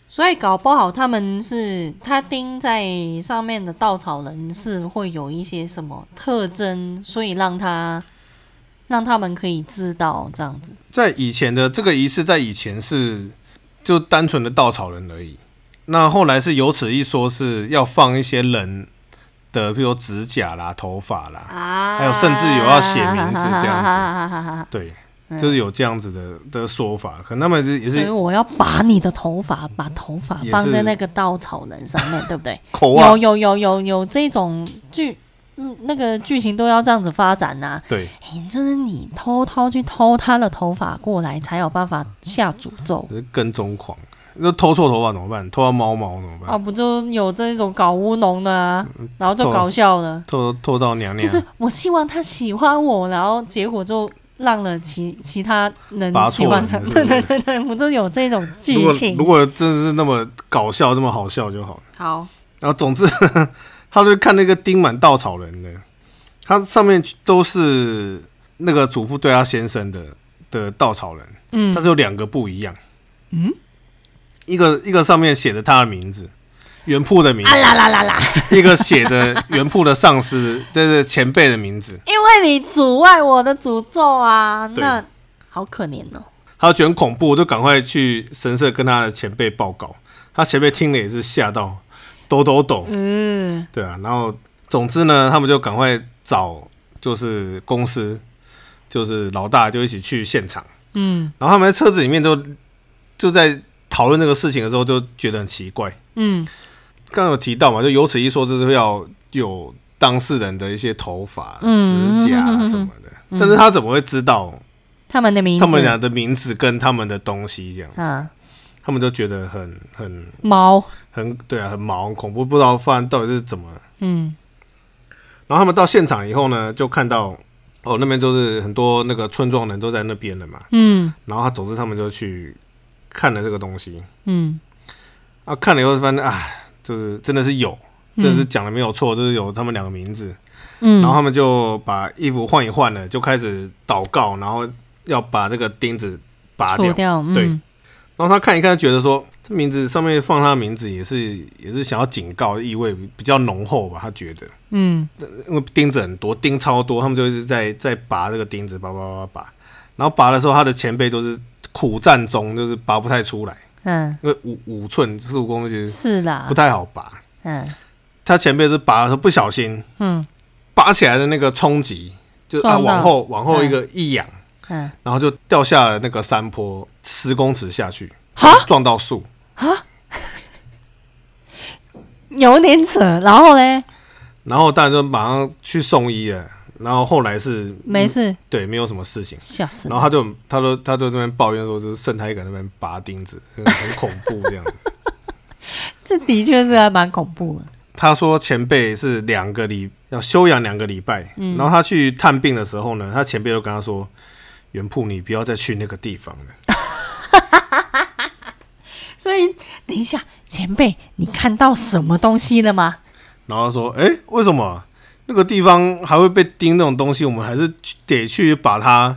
Speaker 1: 所以搞不好他们是他钉在上面的稻草人是会有一些什么特征，所以让他让他们可以知道这样子。
Speaker 2: 在以前的这个仪式，在以前是就单纯的稻草人而已。那后来是有此一说，是要放一些人的，比如说指甲啦、头发啦，
Speaker 1: 啊
Speaker 2: 还有甚至有要写名字这
Speaker 1: 样
Speaker 2: 对，
Speaker 1: 嗯
Speaker 2: 就是有这样子的的说法。可能他们是也
Speaker 1: 所以
Speaker 2: 是
Speaker 1: 我要把你的头发，把头发
Speaker 2: 也是
Speaker 1: 放在那个稻草人上面，对不对？
Speaker 2: 口
Speaker 1: 有
Speaker 2: 啊，
Speaker 1: 有有有有这种剧，嗯，那个剧情都要这样子发展呐、
Speaker 2: 对
Speaker 1: 诶就是你偷偷去偷他的头发过来，才有办法下诅咒。
Speaker 2: 就是跟踪狂。那偷错头发怎么办？偷到猫毛怎么
Speaker 1: 啊，
Speaker 2: 办？
Speaker 1: 不就有这种搞乌龙的、啊，然后就搞笑了。
Speaker 2: 偷偷到娘
Speaker 1: 就
Speaker 2: 娘，
Speaker 1: 是我希望他喜欢我，然后结果就让了其其他人
Speaker 2: 拔
Speaker 1: 喜
Speaker 2: 错
Speaker 1: 欢
Speaker 2: 人
Speaker 1: 他。
Speaker 2: 了是
Speaker 1: 对
Speaker 2: 不
Speaker 1: 对
Speaker 2: 是
Speaker 1: 对对，不就有这种
Speaker 2: 如
Speaker 1: 剧
Speaker 2: 果
Speaker 1: 情
Speaker 2: 如？果真的是那么搞笑、这么好笑就好了。
Speaker 1: 好，
Speaker 2: 然后总之， 他就看那个钉满稻草人的，他上面都是那个祖父对他先生的的稻草人，
Speaker 1: 嗯
Speaker 2: 但是有两个不一样。嗯，一个一个上面写着他的名字，原铺的名字，
Speaker 1: 啊啦啦啦啦，
Speaker 2: 一个写着原铺的上司，对对前辈的名字。
Speaker 1: 因为你阻碍我的诅咒啊，
Speaker 2: 对
Speaker 1: 那好可怜哦。
Speaker 2: 他就觉得很恐怖，我就赶快去神社跟他的前辈报告。他前辈听了也是吓到，抖抖抖。
Speaker 1: 嗯
Speaker 2: 对啊，然后总之呢，他们就赶快找就是公司，就是老大就一起去现场，
Speaker 1: 嗯
Speaker 2: 然后他们在车子里面就就在讨论这个事情的时候，就觉得很奇怪。
Speaker 1: 嗯
Speaker 2: 刚刚有提到嘛，就有此一说，就是要有当事人的一些头发、
Speaker 1: 嗯
Speaker 2: 指甲
Speaker 1: 嗯嗯嗯
Speaker 2: 啊
Speaker 1: 嗯
Speaker 2: 什么的，但是他怎么会知道
Speaker 1: 他们的名字，
Speaker 2: 他们俩的名字跟他们的东西这样？
Speaker 1: 啊，
Speaker 2: 他们就觉得很很
Speaker 1: 猫，
Speaker 2: 很对啊，很毛很恐怖，不知道犯到底是怎么
Speaker 1: 嗯
Speaker 2: 然后他们到现场以后呢，就看到哦那边就是很多那个村庄人都在那边了嘛。
Speaker 1: 嗯
Speaker 2: 然后他总之他们就去看了这个东西
Speaker 1: 嗯，
Speaker 2: 啊，看了以后发现啊，就是真的是有，真的是讲的没有错，就是有他们两个名字。
Speaker 1: 嗯，
Speaker 2: 然后他们就把衣服换一换了，就开始祷告，然后要把这个钉子拔
Speaker 1: 除
Speaker 2: 掉。
Speaker 1: 掉，嗯
Speaker 2: 对然后他看一看，觉得说这名字上面放他的名字也是也是想要警告意味比较浓厚吧，他觉得。
Speaker 1: 嗯
Speaker 2: 因为钉子很多，钉超多，他们就一直在在拔这个钉子，拔拔拔拔。然后拔的时候，他的前辈都是苦战中，就是拔不太出来，
Speaker 1: 嗯，
Speaker 2: 因为五五寸四五公分其实
Speaker 1: 是啦
Speaker 2: 不，太好拔。
Speaker 1: 嗯
Speaker 2: 他前辈是拔的时候不小心
Speaker 1: 嗯
Speaker 2: 拔起来的那个冲击，就是啊
Speaker 1: 撞到
Speaker 2: 往后往后一个一仰，
Speaker 1: 嗯，
Speaker 2: 然后就掉下了那个山坡十公尺下去，
Speaker 1: 哈。
Speaker 2: 撞到树。
Speaker 1: 有点扯，然后嘞，
Speaker 2: 然后当然就马上去送医了。然后后来是
Speaker 1: 没事，
Speaker 2: 对，没有什么事情。
Speaker 1: 吓死
Speaker 2: 然后
Speaker 1: 了。
Speaker 2: 他就他说他就在那边抱怨说，就是剩他一个人在那边拔钉子，很很恐怖这样子。
Speaker 1: 这的确是还蛮恐怖的。
Speaker 2: 他说前辈是两个礼要休养两个礼拜，
Speaker 1: 嗯
Speaker 2: 然后他去探病的时候呢，他前辈就跟他说：“袁铺，你不要再去那个地方了。
Speaker 1: 所以等一下，前辈，你看到什么东西了吗？
Speaker 2: 然后他说：“哎、为什么那个地方还会被钉那种东西？我们还是去得去把它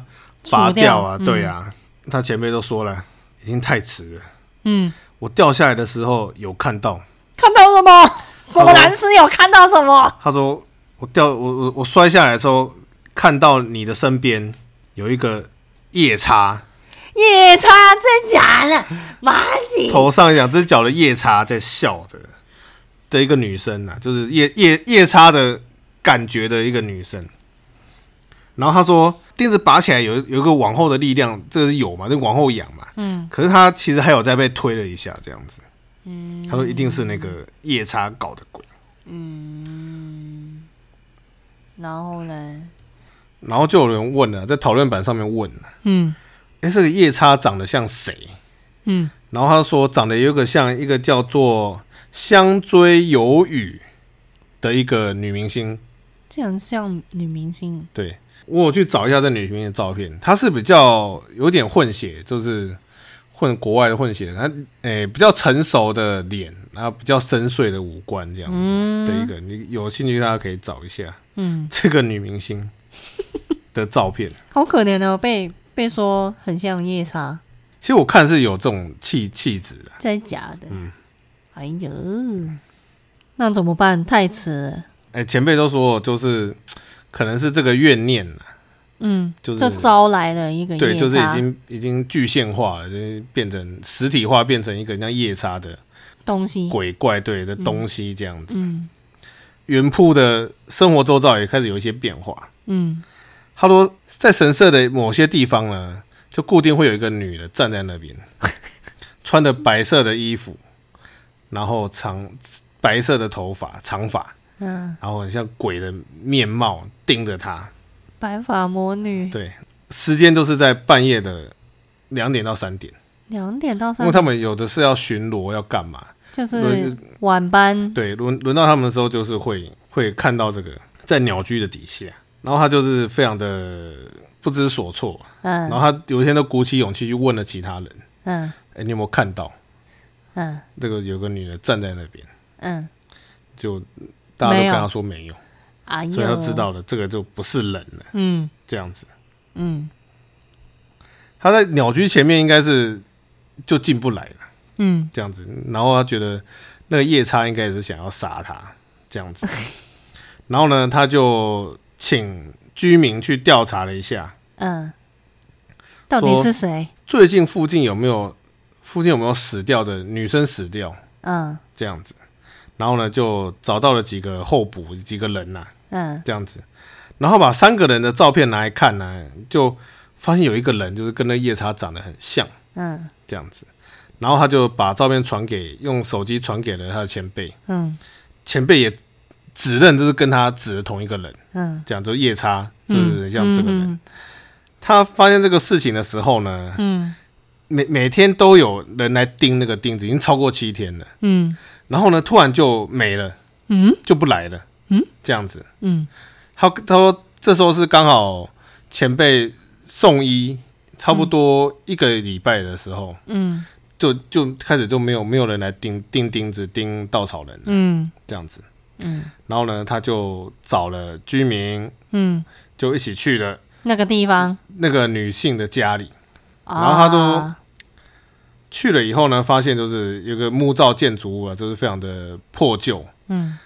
Speaker 2: 拔
Speaker 1: 除
Speaker 2: 掉啊！
Speaker 1: 掉嗯
Speaker 2: 对啊，他前辈都说了，已经太迟了。
Speaker 1: 嗯，
Speaker 2: 我掉下来的时候有看到，
Speaker 1: 看到什么？果然是有看到什么。
Speaker 2: 他说我掉我我我摔下来的时候看到你的身边有一个夜叉，
Speaker 1: 夜叉，真假的？马吉，
Speaker 2: 头上两只脚的夜叉在笑着的一个女生啊，就是夜夜夜叉的感觉的一个女生。然后他说，钉子拔起来有有一个往后的力量，这个是有嘛，就往后仰嘛。
Speaker 1: 嗯，
Speaker 2: 可是他其实还有在被推了一下，这样子。嗯，他说一定是那个夜叉搞的鬼。
Speaker 1: 然后呢？
Speaker 2: 然后就有人问了，在讨论版上面问了，
Speaker 1: 嗯
Speaker 2: 哎，这个夜叉长得像谁？
Speaker 1: 嗯，
Speaker 2: 然后他说长得有个像一个叫做香追由雨的一个女明星，
Speaker 1: 这很像女明星。
Speaker 2: 对我有去找一下这女明星的照片，她是比较有点混血，就是混国外的混血，她诶、比较成熟的脸，然后比较深邃的五官这样子的一个，你有兴趣大家可以找一下
Speaker 1: 嗯，
Speaker 2: 这个女明星的照片。
Speaker 1: 好可怜哦，被被说很像夜叉，
Speaker 2: 其实我看是有这种气气质的，
Speaker 1: 真假的？
Speaker 2: 嗯，
Speaker 1: 哎呦，那怎么办？太迟了。
Speaker 2: 哎、前辈都说就是可能是这个怨念啊
Speaker 1: 嗯，
Speaker 2: 就是
Speaker 1: 这招来了一个夜叉，
Speaker 2: 对，就是已经已经具现化了，就是变成实体化，变成一个像夜叉的
Speaker 1: 东西。
Speaker 2: 鬼怪对的东西这样子。
Speaker 1: 嗯
Speaker 2: 原铺的生活周遭也开始有一些变化。
Speaker 1: 嗯
Speaker 2: 他说，在神社的某些地方呢，就固定会有一个女的站在那边，穿着白色的衣服，然后长白色的头发，长发，
Speaker 1: 嗯，
Speaker 2: 然后很像鬼的面貌盯着他。
Speaker 1: 白发魔女
Speaker 2: 对，时间都是在半夜的两点到三点，
Speaker 1: 两点到
Speaker 2: 因
Speaker 1: 三
Speaker 2: 为
Speaker 1: 点
Speaker 2: 他们有的是要巡逻要干嘛，
Speaker 1: 就是晚班，
Speaker 2: 对，轮轮到他们的时候，就是会会看到这个在鸟居的底下，然后他就是非常的不知所措，啊
Speaker 1: 嗯
Speaker 2: 然后他有一天都鼓起勇气去问了其他人，
Speaker 1: 嗯
Speaker 2: 哎、你有没有看到
Speaker 1: 嗯
Speaker 2: 这个有个女的站在那边？
Speaker 1: 嗯，
Speaker 2: 就大家都
Speaker 1: 没
Speaker 2: 跟
Speaker 1: 有
Speaker 2: 他说没有，
Speaker 1: 哎呦，
Speaker 2: 所以他就知道了这个就不是人了，
Speaker 1: 嗯
Speaker 2: 这样子。
Speaker 1: 嗯
Speaker 2: 他在鸟居前面应该是就进不来了，
Speaker 1: 嗯
Speaker 2: 这样子，然后他觉得那个夜叉应该也是想要杀他这样子，然后呢，他就请居民去调查了一下，
Speaker 1: 嗯，到底是谁？
Speaker 2: 最近附近有没有附近有没有死掉的女生死掉
Speaker 1: 嗯
Speaker 2: 这样子，然后呢就找到了几个候补几个人呐、啊
Speaker 1: 嗯
Speaker 2: 这样子，然后把三个人的照片拿来看呢、就发现有一个人就是跟那夜叉长得很像
Speaker 1: 嗯
Speaker 2: 这样子，然后他就把照片传给用手机传给了他的前辈，
Speaker 1: 嗯
Speaker 2: 前辈也指认就是跟他指的同一个人，
Speaker 1: 嗯，
Speaker 2: 这样就是夜叉就是像这个人。
Speaker 1: 嗯
Speaker 2: 他发现这个事情的时候呢，
Speaker 1: 嗯
Speaker 2: 每每天都有人来钉那个钉子，已经超过七天了。
Speaker 1: 嗯
Speaker 2: 然后呢，突然就没了，
Speaker 1: 嗯
Speaker 2: 就不来了。嗯，这样子。
Speaker 1: 嗯
Speaker 2: 他他说这时候是刚好前辈送医，差不多一个礼拜的时候，
Speaker 1: 嗯
Speaker 2: 就就开始就没有没有人来钉钉钉子、钉稻草人了，
Speaker 1: 嗯
Speaker 2: 这样子。
Speaker 1: 嗯
Speaker 2: 然后呢，他就找了居民，
Speaker 1: 嗯，
Speaker 2: 就一起去了
Speaker 1: 那个地方，
Speaker 2: 那个女性的家里。
Speaker 1: 然
Speaker 2: 后他
Speaker 1: 啊
Speaker 2: 就去了以后呢，发现就是有个木造建筑物啊，就是非常的破旧，
Speaker 1: 嗯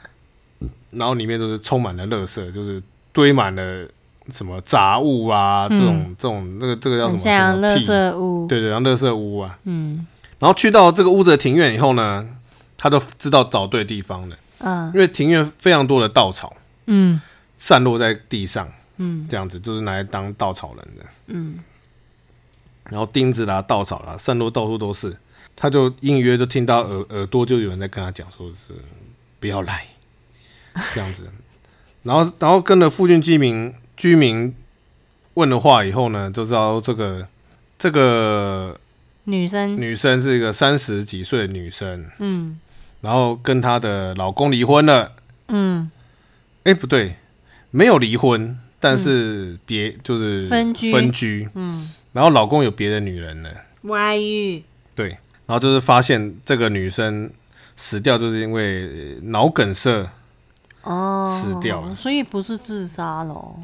Speaker 2: 然后里面就是充满了垃圾，就是堆满了什么杂物啊，
Speaker 1: 嗯
Speaker 2: 这种这种那个这个叫什
Speaker 1: 很
Speaker 2: 么什
Speaker 1: 像
Speaker 2: 么
Speaker 1: 垃
Speaker 2: 屁，
Speaker 1: 圾屋，
Speaker 2: 对对，像垃圾屋啊。
Speaker 1: 嗯
Speaker 2: 然后去到这个屋子的庭院以后呢，他都知道找对地方了，
Speaker 1: 嗯
Speaker 2: 因为庭院非常多的稻草
Speaker 1: 嗯
Speaker 2: 散落在地上，
Speaker 1: 嗯
Speaker 2: 这样子就是拿来当稻草人的。
Speaker 1: 嗯
Speaker 2: 然后钉子啦、稻草啦，散落到处都是。他就隐隐约就听到耳耳朵就有人在跟他讲，说是不 要来这样子。然后，然后跟着附近居民居民问了话以后呢，就知道这个这个
Speaker 1: 女生，
Speaker 2: 女生是一个三十几岁的女生，
Speaker 1: 嗯
Speaker 2: 然后跟她的老公离婚了。
Speaker 1: 嗯
Speaker 2: 哎，不对，没有离婚，但是别、就是
Speaker 1: 嗯分居
Speaker 2: 分居，
Speaker 1: 嗯，
Speaker 2: 然后老公有别的女人了。
Speaker 1: 外遇，
Speaker 2: 对，然后就是发现这个女生死掉就是因为呃脑梗塞，
Speaker 1: 哦，
Speaker 2: 死掉了
Speaker 1: 所以不是自杀喽。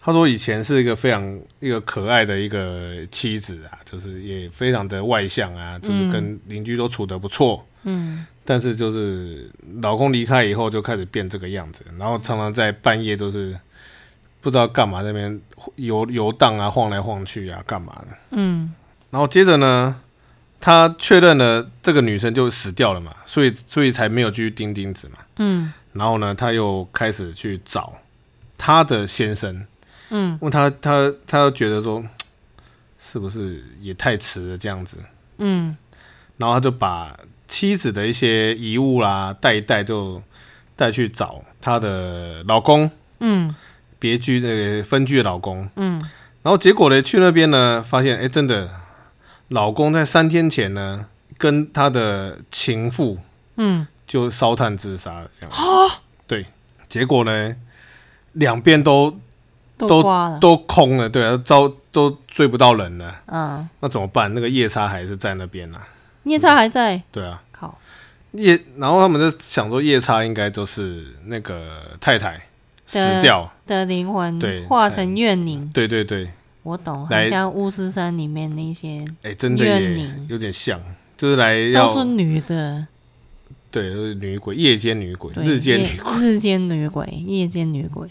Speaker 2: 他说以前是一个非常一个可爱的一个妻子啊，就是也非常的外向啊，就是跟邻居都处得不错。
Speaker 1: 嗯，
Speaker 2: 但是就是老公离开以后就开始变这个样子，然后常常在半夜都是不知道干嘛那边游游荡啊，晃来晃去啊，干嘛的。
Speaker 1: 嗯，
Speaker 2: 然后接着呢，他确认了这个女生就死掉了嘛，所以所以才没有继续钉钉子嘛。
Speaker 1: 嗯，
Speaker 2: 然后呢，他又开始去找他的先生，
Speaker 1: 嗯，
Speaker 2: 因为他他他觉得说，是不是也太迟了这样子？
Speaker 1: 嗯，
Speaker 2: 然后他就把妻子的一些遗物啦带一带，就带去找她的老公，
Speaker 1: 嗯，
Speaker 2: 别居那个分居的老公，
Speaker 1: 嗯，
Speaker 2: 然后结果呢，去那边呢，发现哎，诶真的，老公在三天前呢跟他的情妇，
Speaker 1: 嗯，
Speaker 2: 就烧炭自杀了，这样啊，对，结果呢，两边都
Speaker 1: 都
Speaker 2: 都
Speaker 1: 挂了。
Speaker 2: 都空了，对啊，招都追不到人了，
Speaker 1: 嗯，
Speaker 2: 那怎么办？那个夜叉还是在那边啊，
Speaker 1: 夜叉还在。
Speaker 2: 对啊，
Speaker 1: 靠，
Speaker 2: 夜，然后他们就想说夜叉应该就是那个太太死掉，
Speaker 1: 的灵魂
Speaker 2: 对
Speaker 1: 化成怨灵，
Speaker 2: 对对对，
Speaker 1: 我懂，
Speaker 2: 来
Speaker 1: 很像巫师山里面那些
Speaker 2: 哎，真的
Speaker 1: 怨
Speaker 2: 也
Speaker 1: 灵
Speaker 2: 有点像，就是来要
Speaker 1: 都是女的，
Speaker 2: 对，就是女鬼，夜间女鬼，
Speaker 1: 对
Speaker 2: 日间
Speaker 1: 夜
Speaker 2: 女鬼。
Speaker 1: 日间女鬼，夜间女鬼。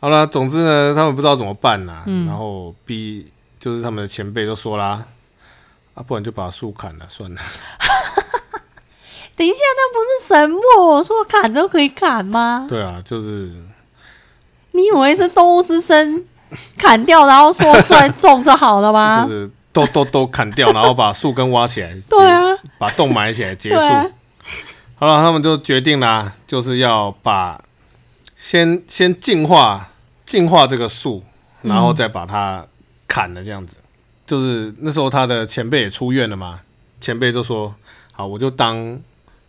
Speaker 2: 好了，总之呢，他们不知道怎么办啦、
Speaker 1: 嗯
Speaker 2: 然后逼就是他们的前辈都说啦，啊，不然就把树砍了算
Speaker 1: 啊
Speaker 2: 了。
Speaker 1: 等一下，那不是神木，我说砍就可以砍吗？
Speaker 2: 对啊，就是
Speaker 1: 你以为是动物之声砍掉，然后说再种就好了吗
Speaker 2: 就？是都都都砍掉，然后把树根挖起来，结
Speaker 1: 对啊，
Speaker 2: 把洞埋起来结
Speaker 1: 对
Speaker 2: 束。
Speaker 1: 啊，
Speaker 2: 好了，他们就决定啦，就是要把先先净化净化这个树，然后再把它砍了，这样子。就是那时候他的前辈也出院了嘛，前辈就说：“好，我就当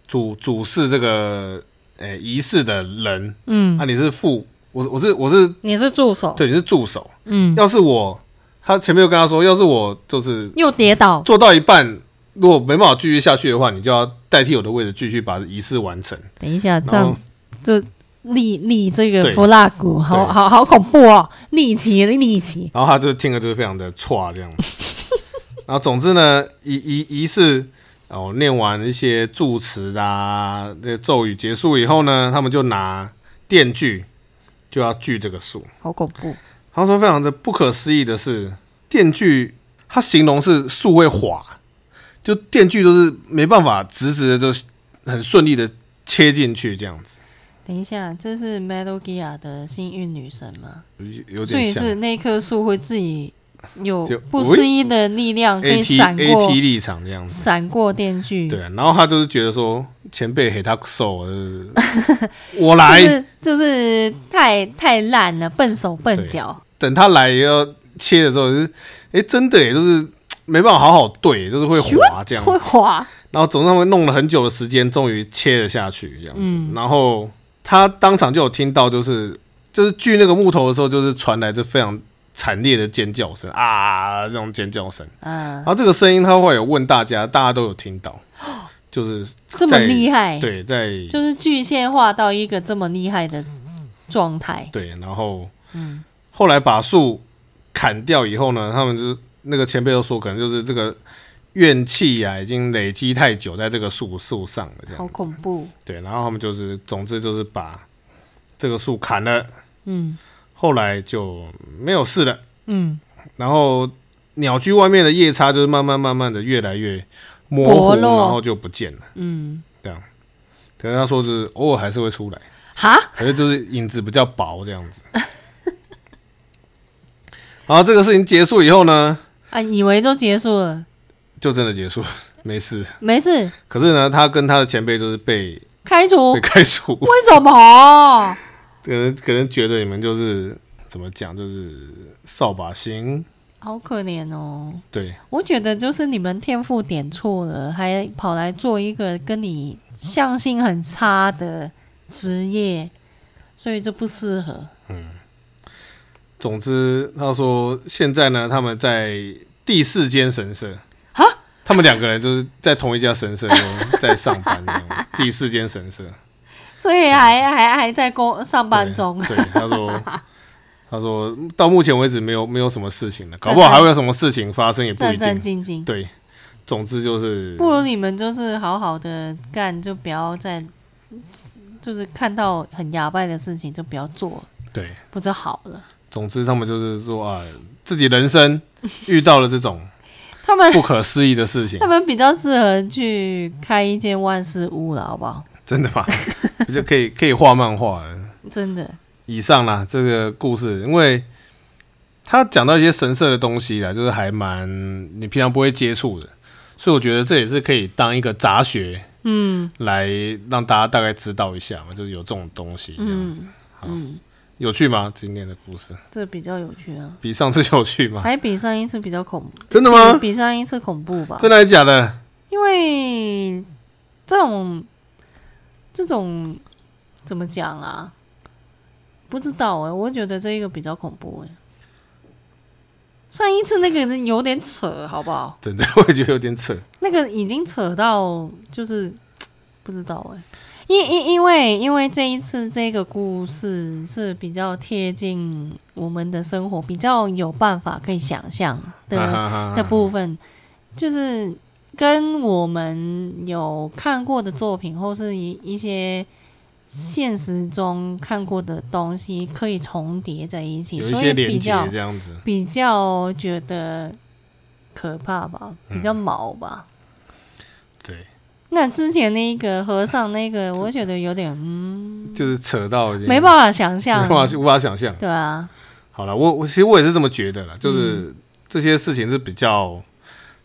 Speaker 2: 主主事这个呃仪式的人，
Speaker 1: 嗯，
Speaker 2: 啊，你是副，我我是我是
Speaker 1: 你是助手，
Speaker 2: 对，你是助手。
Speaker 1: 嗯，
Speaker 2: 要是我，他前面就跟他说，要是我就是
Speaker 1: 又跌倒，
Speaker 2: 做到一半，如果没办法继续下去的话，你就要代替我的位置继续把仪式完成。
Speaker 1: 等一下，这
Speaker 2: 然后
Speaker 1: 样就立立这个
Speaker 2: 对
Speaker 1: 弗拉古，好
Speaker 2: 对
Speaker 1: 好好恐怖哦，立奇立奇，
Speaker 2: 然后他就听了就是非常的 歘这样。然后总之呢，仪仪仪式哦，念完一些祝词啦、那咒语结束以后呢，他们就拿电锯就要锯这个树。
Speaker 1: 好恐怖，
Speaker 2: 他说非常的不可思议的是，电锯它形容是树会滑，就电锯都是没办法直直的，就是很顺利的切进去这样子。
Speaker 1: 等一下，这是 Metal Gear 的幸运女神吗？
Speaker 2: 有有
Speaker 1: 所
Speaker 2: 点
Speaker 1: 以
Speaker 2: 像
Speaker 1: 是那棵树会自己有
Speaker 2: 就
Speaker 1: 不思议的力量，可
Speaker 2: A
Speaker 1: 以
Speaker 2: T
Speaker 1: 闪
Speaker 2: A
Speaker 1: 过嗯
Speaker 2: T 立场这样子。
Speaker 1: 闪过电锯，
Speaker 2: 对，啊然后他就是觉得说前辈给他手， 呃我
Speaker 1: 就
Speaker 2: 来，
Speaker 1: 是就是太太烂了，笨手笨脚，
Speaker 2: 等他来要切的时候，就是哎、诶真的也就是没办法好好对，就是 会滑这样
Speaker 1: 会
Speaker 2: 子。
Speaker 1: 滑，
Speaker 2: 然后总之他们弄了很久的时间，终于切了下去这样子。
Speaker 1: 嗯
Speaker 2: 然后他当场就有听到，就是就是锯那个木头的时候，就是传来这非常惨烈的尖叫声啊，这种尖叫声。
Speaker 1: 嗯
Speaker 2: 然，后这个声音他会有问大家，大家都有听到，就是
Speaker 1: 哦这么
Speaker 2: 在
Speaker 1: 厉害，
Speaker 2: 对在
Speaker 1: 就是具现化到一个这么厉害的状态，
Speaker 2: 对，然后
Speaker 1: 嗯
Speaker 2: 后来把树砍掉以后呢，他们就是那个前辈都说，可能就是这个怨气啊，已经累积太久在这个树树上了，这
Speaker 1: 好
Speaker 2: 样
Speaker 1: 恐怖，
Speaker 2: 对。然后他们就是，总之就是把这个树砍了，
Speaker 1: 嗯
Speaker 2: 后来就没有事了。
Speaker 1: 嗯，
Speaker 2: 然后鸟居外面的夜叉就是慢慢慢慢的越来越模糊，
Speaker 1: 薄
Speaker 2: 然
Speaker 1: 弱
Speaker 2: 后就不见了。
Speaker 1: 嗯，
Speaker 2: 这样，可是他说就是偶尔还是会出来。
Speaker 1: 哈，
Speaker 2: 可是就是影子比较薄这样子。 然后这个事情结束以后呢，
Speaker 1: 啊，以为都结束了，
Speaker 2: 就真的结束了， 没事。
Speaker 1: 没事，
Speaker 2: 可是呢，他跟他的前辈就是被
Speaker 1: 开除
Speaker 2: 被，开 除，
Speaker 1: 为什么？
Speaker 2: 可能可能觉得你们就是怎么讲，就是扫把星，
Speaker 1: 好可怜哦。
Speaker 2: 对
Speaker 1: 我觉得就是你们天赋点错了，还跑来做一个跟你相性很差的职业，所以就不适合。
Speaker 2: 总之，他说现在呢，他们在第四间神社
Speaker 1: 啊，
Speaker 2: 他们两个人就是在同一家神社中在上班这样，第四间神社
Speaker 1: 所以还还还在工上 班
Speaker 2: 对
Speaker 1: 中，
Speaker 2: 对，他说，他说到目前为止没有没有什么事情了，搞不好还会有什么事情发生也不一
Speaker 1: 战战
Speaker 2: 定。
Speaker 1: 兢兢。
Speaker 2: 对，总之就是
Speaker 1: 不如你们就是好好的干，就不要再，就是看到很牙白的事情就不要做，
Speaker 2: 对，
Speaker 1: 不就好了？
Speaker 2: 总之他们就是说啊，自己人生遇到了这种
Speaker 1: 他们
Speaker 2: 不可思议 的事情
Speaker 1: 他，们比较适合去开一间万事屋了，好不好？
Speaker 2: 真的吧？ 就可以可以画漫画了。
Speaker 1: 真的，
Speaker 2: 以上啦，这个故事，因为他讲到一些神社的东西啦，就是还蛮你平常不会接触的，所以我觉得这也是可以当一个杂学，嗯，来让大家大概知道一下嘛，就是有这种东西这样子。嗯，有趣吗？今天的故事
Speaker 1: 这比较有趣啊，
Speaker 2: 比上次有趣吗？
Speaker 1: 还比上一次比较恐怖，
Speaker 2: 真的吗？
Speaker 1: 比上一次恐怖吧？
Speaker 2: 真的还假的？
Speaker 1: 因为这种这种怎么讲啊？不知道哎、我觉得这一个比较恐怖哎、上一次那个人有点扯，好不好？
Speaker 2: 真的，我也觉得有点扯。
Speaker 1: 那个已经扯到就是不知道哎、因因因为因为这一次这个故事是比较贴近我们的生活，比较有办法可以想象的
Speaker 2: 啊哈哈哈
Speaker 1: 的部分，就是跟我们有看过的作品，或是一一些现实中看过的东西，可以重叠在一起，
Speaker 2: 有一
Speaker 1: 所
Speaker 2: 些
Speaker 1: 以比
Speaker 2: 连接
Speaker 1: 较
Speaker 2: 这样子，
Speaker 1: 比较觉得可怕吧，比
Speaker 2: 嗯
Speaker 1: 较毛吧。
Speaker 2: 对，
Speaker 1: 那之前那个和尚那个，我觉得有点嗯，
Speaker 2: 就是扯到已经
Speaker 1: 没办法想象啊
Speaker 2: 没，办法无法想象。
Speaker 1: 对啊，
Speaker 2: 好了，我我其实我也是这么觉得啦，就是这些事情是比较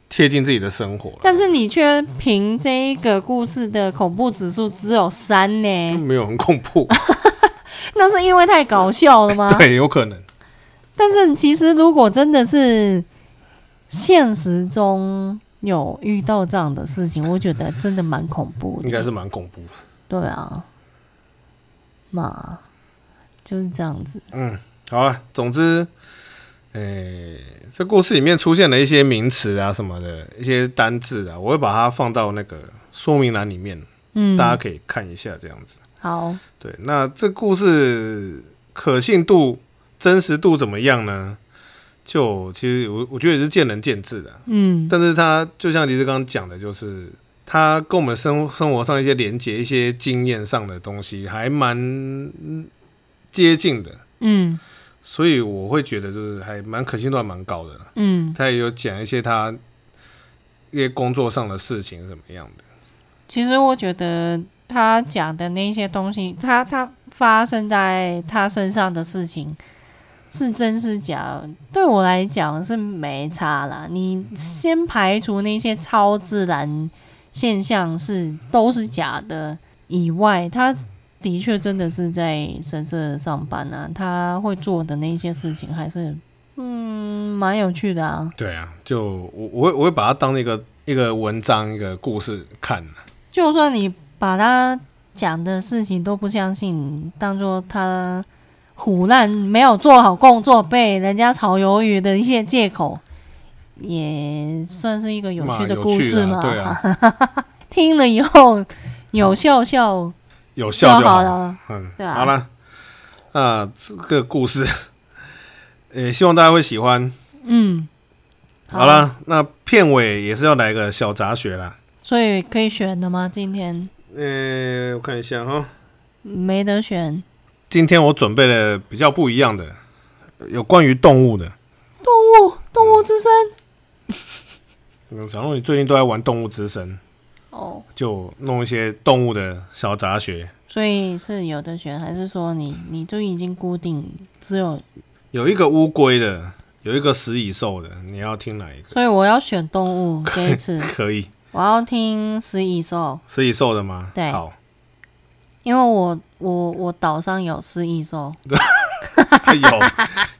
Speaker 2: 贴近自己的生活啦
Speaker 1: 但是你却凭这一个故事的恐怖指数只有三呢，
Speaker 2: 没有很恐怖，
Speaker 1: 那是因为太搞笑了吗？
Speaker 2: 对，有可能，
Speaker 1: 但是其实如果真的是现实中有遇到这样的事情，我觉得真的蛮恐怖的。
Speaker 2: 应该是蛮恐怖的。
Speaker 1: 对啊，嘛就是这样子。
Speaker 2: 好了，总之，呃、这故事里面出现了一些名词啊什么的，一些单字啊，我会把它放到那个说明栏里面，
Speaker 1: 嗯，
Speaker 2: 大家可以看一下这样子。
Speaker 1: 好，
Speaker 2: 对，那这故事可信度、真实度怎么样呢？就其实我我觉得也是见仁见智的啊、
Speaker 1: 嗯
Speaker 2: 但是它就像迪斯刚刚讲的，就是它跟我们生生活上一些连接、一些经验上的东西还蛮嗯接近的，
Speaker 1: 嗯
Speaker 2: 所以我会觉得就是还蛮可信度还蛮高的啦。
Speaker 1: 嗯，
Speaker 2: 他也有讲一些他一些工作上的事情怎么样的，
Speaker 1: 其实我觉得他讲的那些东西，他他发生在他身上的事情。是真是假，对我来讲是没差啦。你先排除那些超自然现象是都是假的以外，他的确真的是在神社上班啊，他会做的那些事情还是嗯蛮有趣的啊。
Speaker 2: 对啊，就我我会我会把它当一个一个文章一个故事看啊
Speaker 1: 就算你把他讲的事情都不相信，当做他胡乱没有做好工作被人家炒鱿鱼的一些借口，也算是一个有
Speaker 2: 嘛
Speaker 1: 趣的
Speaker 2: 有
Speaker 1: 故
Speaker 2: 趣
Speaker 1: 事
Speaker 2: 啦
Speaker 1: 嘛。
Speaker 2: 对 啊，
Speaker 1: 听了以后有笑笑
Speaker 2: 有效就
Speaker 1: 好
Speaker 2: 好。
Speaker 1: 了。
Speaker 2: 嗯，
Speaker 1: 对啊
Speaker 2: 好了，那这个故事， 呃，希望大家会喜欢。
Speaker 1: 嗯，
Speaker 2: 好
Speaker 1: 啦，
Speaker 2: 了，那片尾也是要来个小杂学啦。
Speaker 1: 所以可以选的吗？今天
Speaker 2: 呃，我看一下哈，
Speaker 1: 没得选。
Speaker 2: 今天我准备了比较不一样的，有关于动物的。
Speaker 1: 动物，动物之声。
Speaker 2: 嗯小龙，你最近都在玩《动物之声》，
Speaker 1: 哦，
Speaker 2: 就弄一些动物的小杂学。
Speaker 1: 所以是有的选，还是说你你就已经固定只有？
Speaker 2: 有一个乌龟的，有一个食蚁兽的，你要听哪一个？
Speaker 1: 所以我要选 动物这一次。
Speaker 2: 可以，
Speaker 1: 我要听食蚁兽，
Speaker 2: 食蚁兽的吗？
Speaker 1: 对
Speaker 2: 好，
Speaker 1: 因为我我我岛上有食蚁兽，
Speaker 2: 有，哎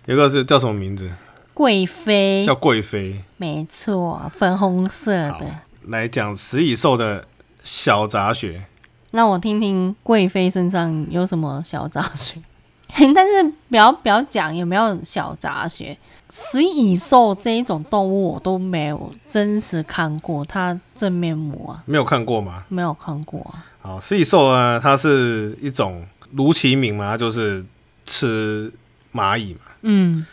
Speaker 2: 有一个是叫什么名字？
Speaker 1: 贵妃，
Speaker 2: 叫贵妃。
Speaker 1: 没错，粉红色
Speaker 2: 好
Speaker 1: 的。
Speaker 2: 来讲食蚁兽的小杂学。
Speaker 1: 让我听听贵妃身上有什么小杂碎。 但是不要不要讲有没有小杂学，食蚁兽这一种动物我都没有真实看过它正面目啊，
Speaker 2: 没有看过吗？
Speaker 1: 没有看过啊。
Speaker 2: 好，食蚁兽呢，它是一种如其名嘛，它就是吃蚂蚁嘛。
Speaker 1: 嗯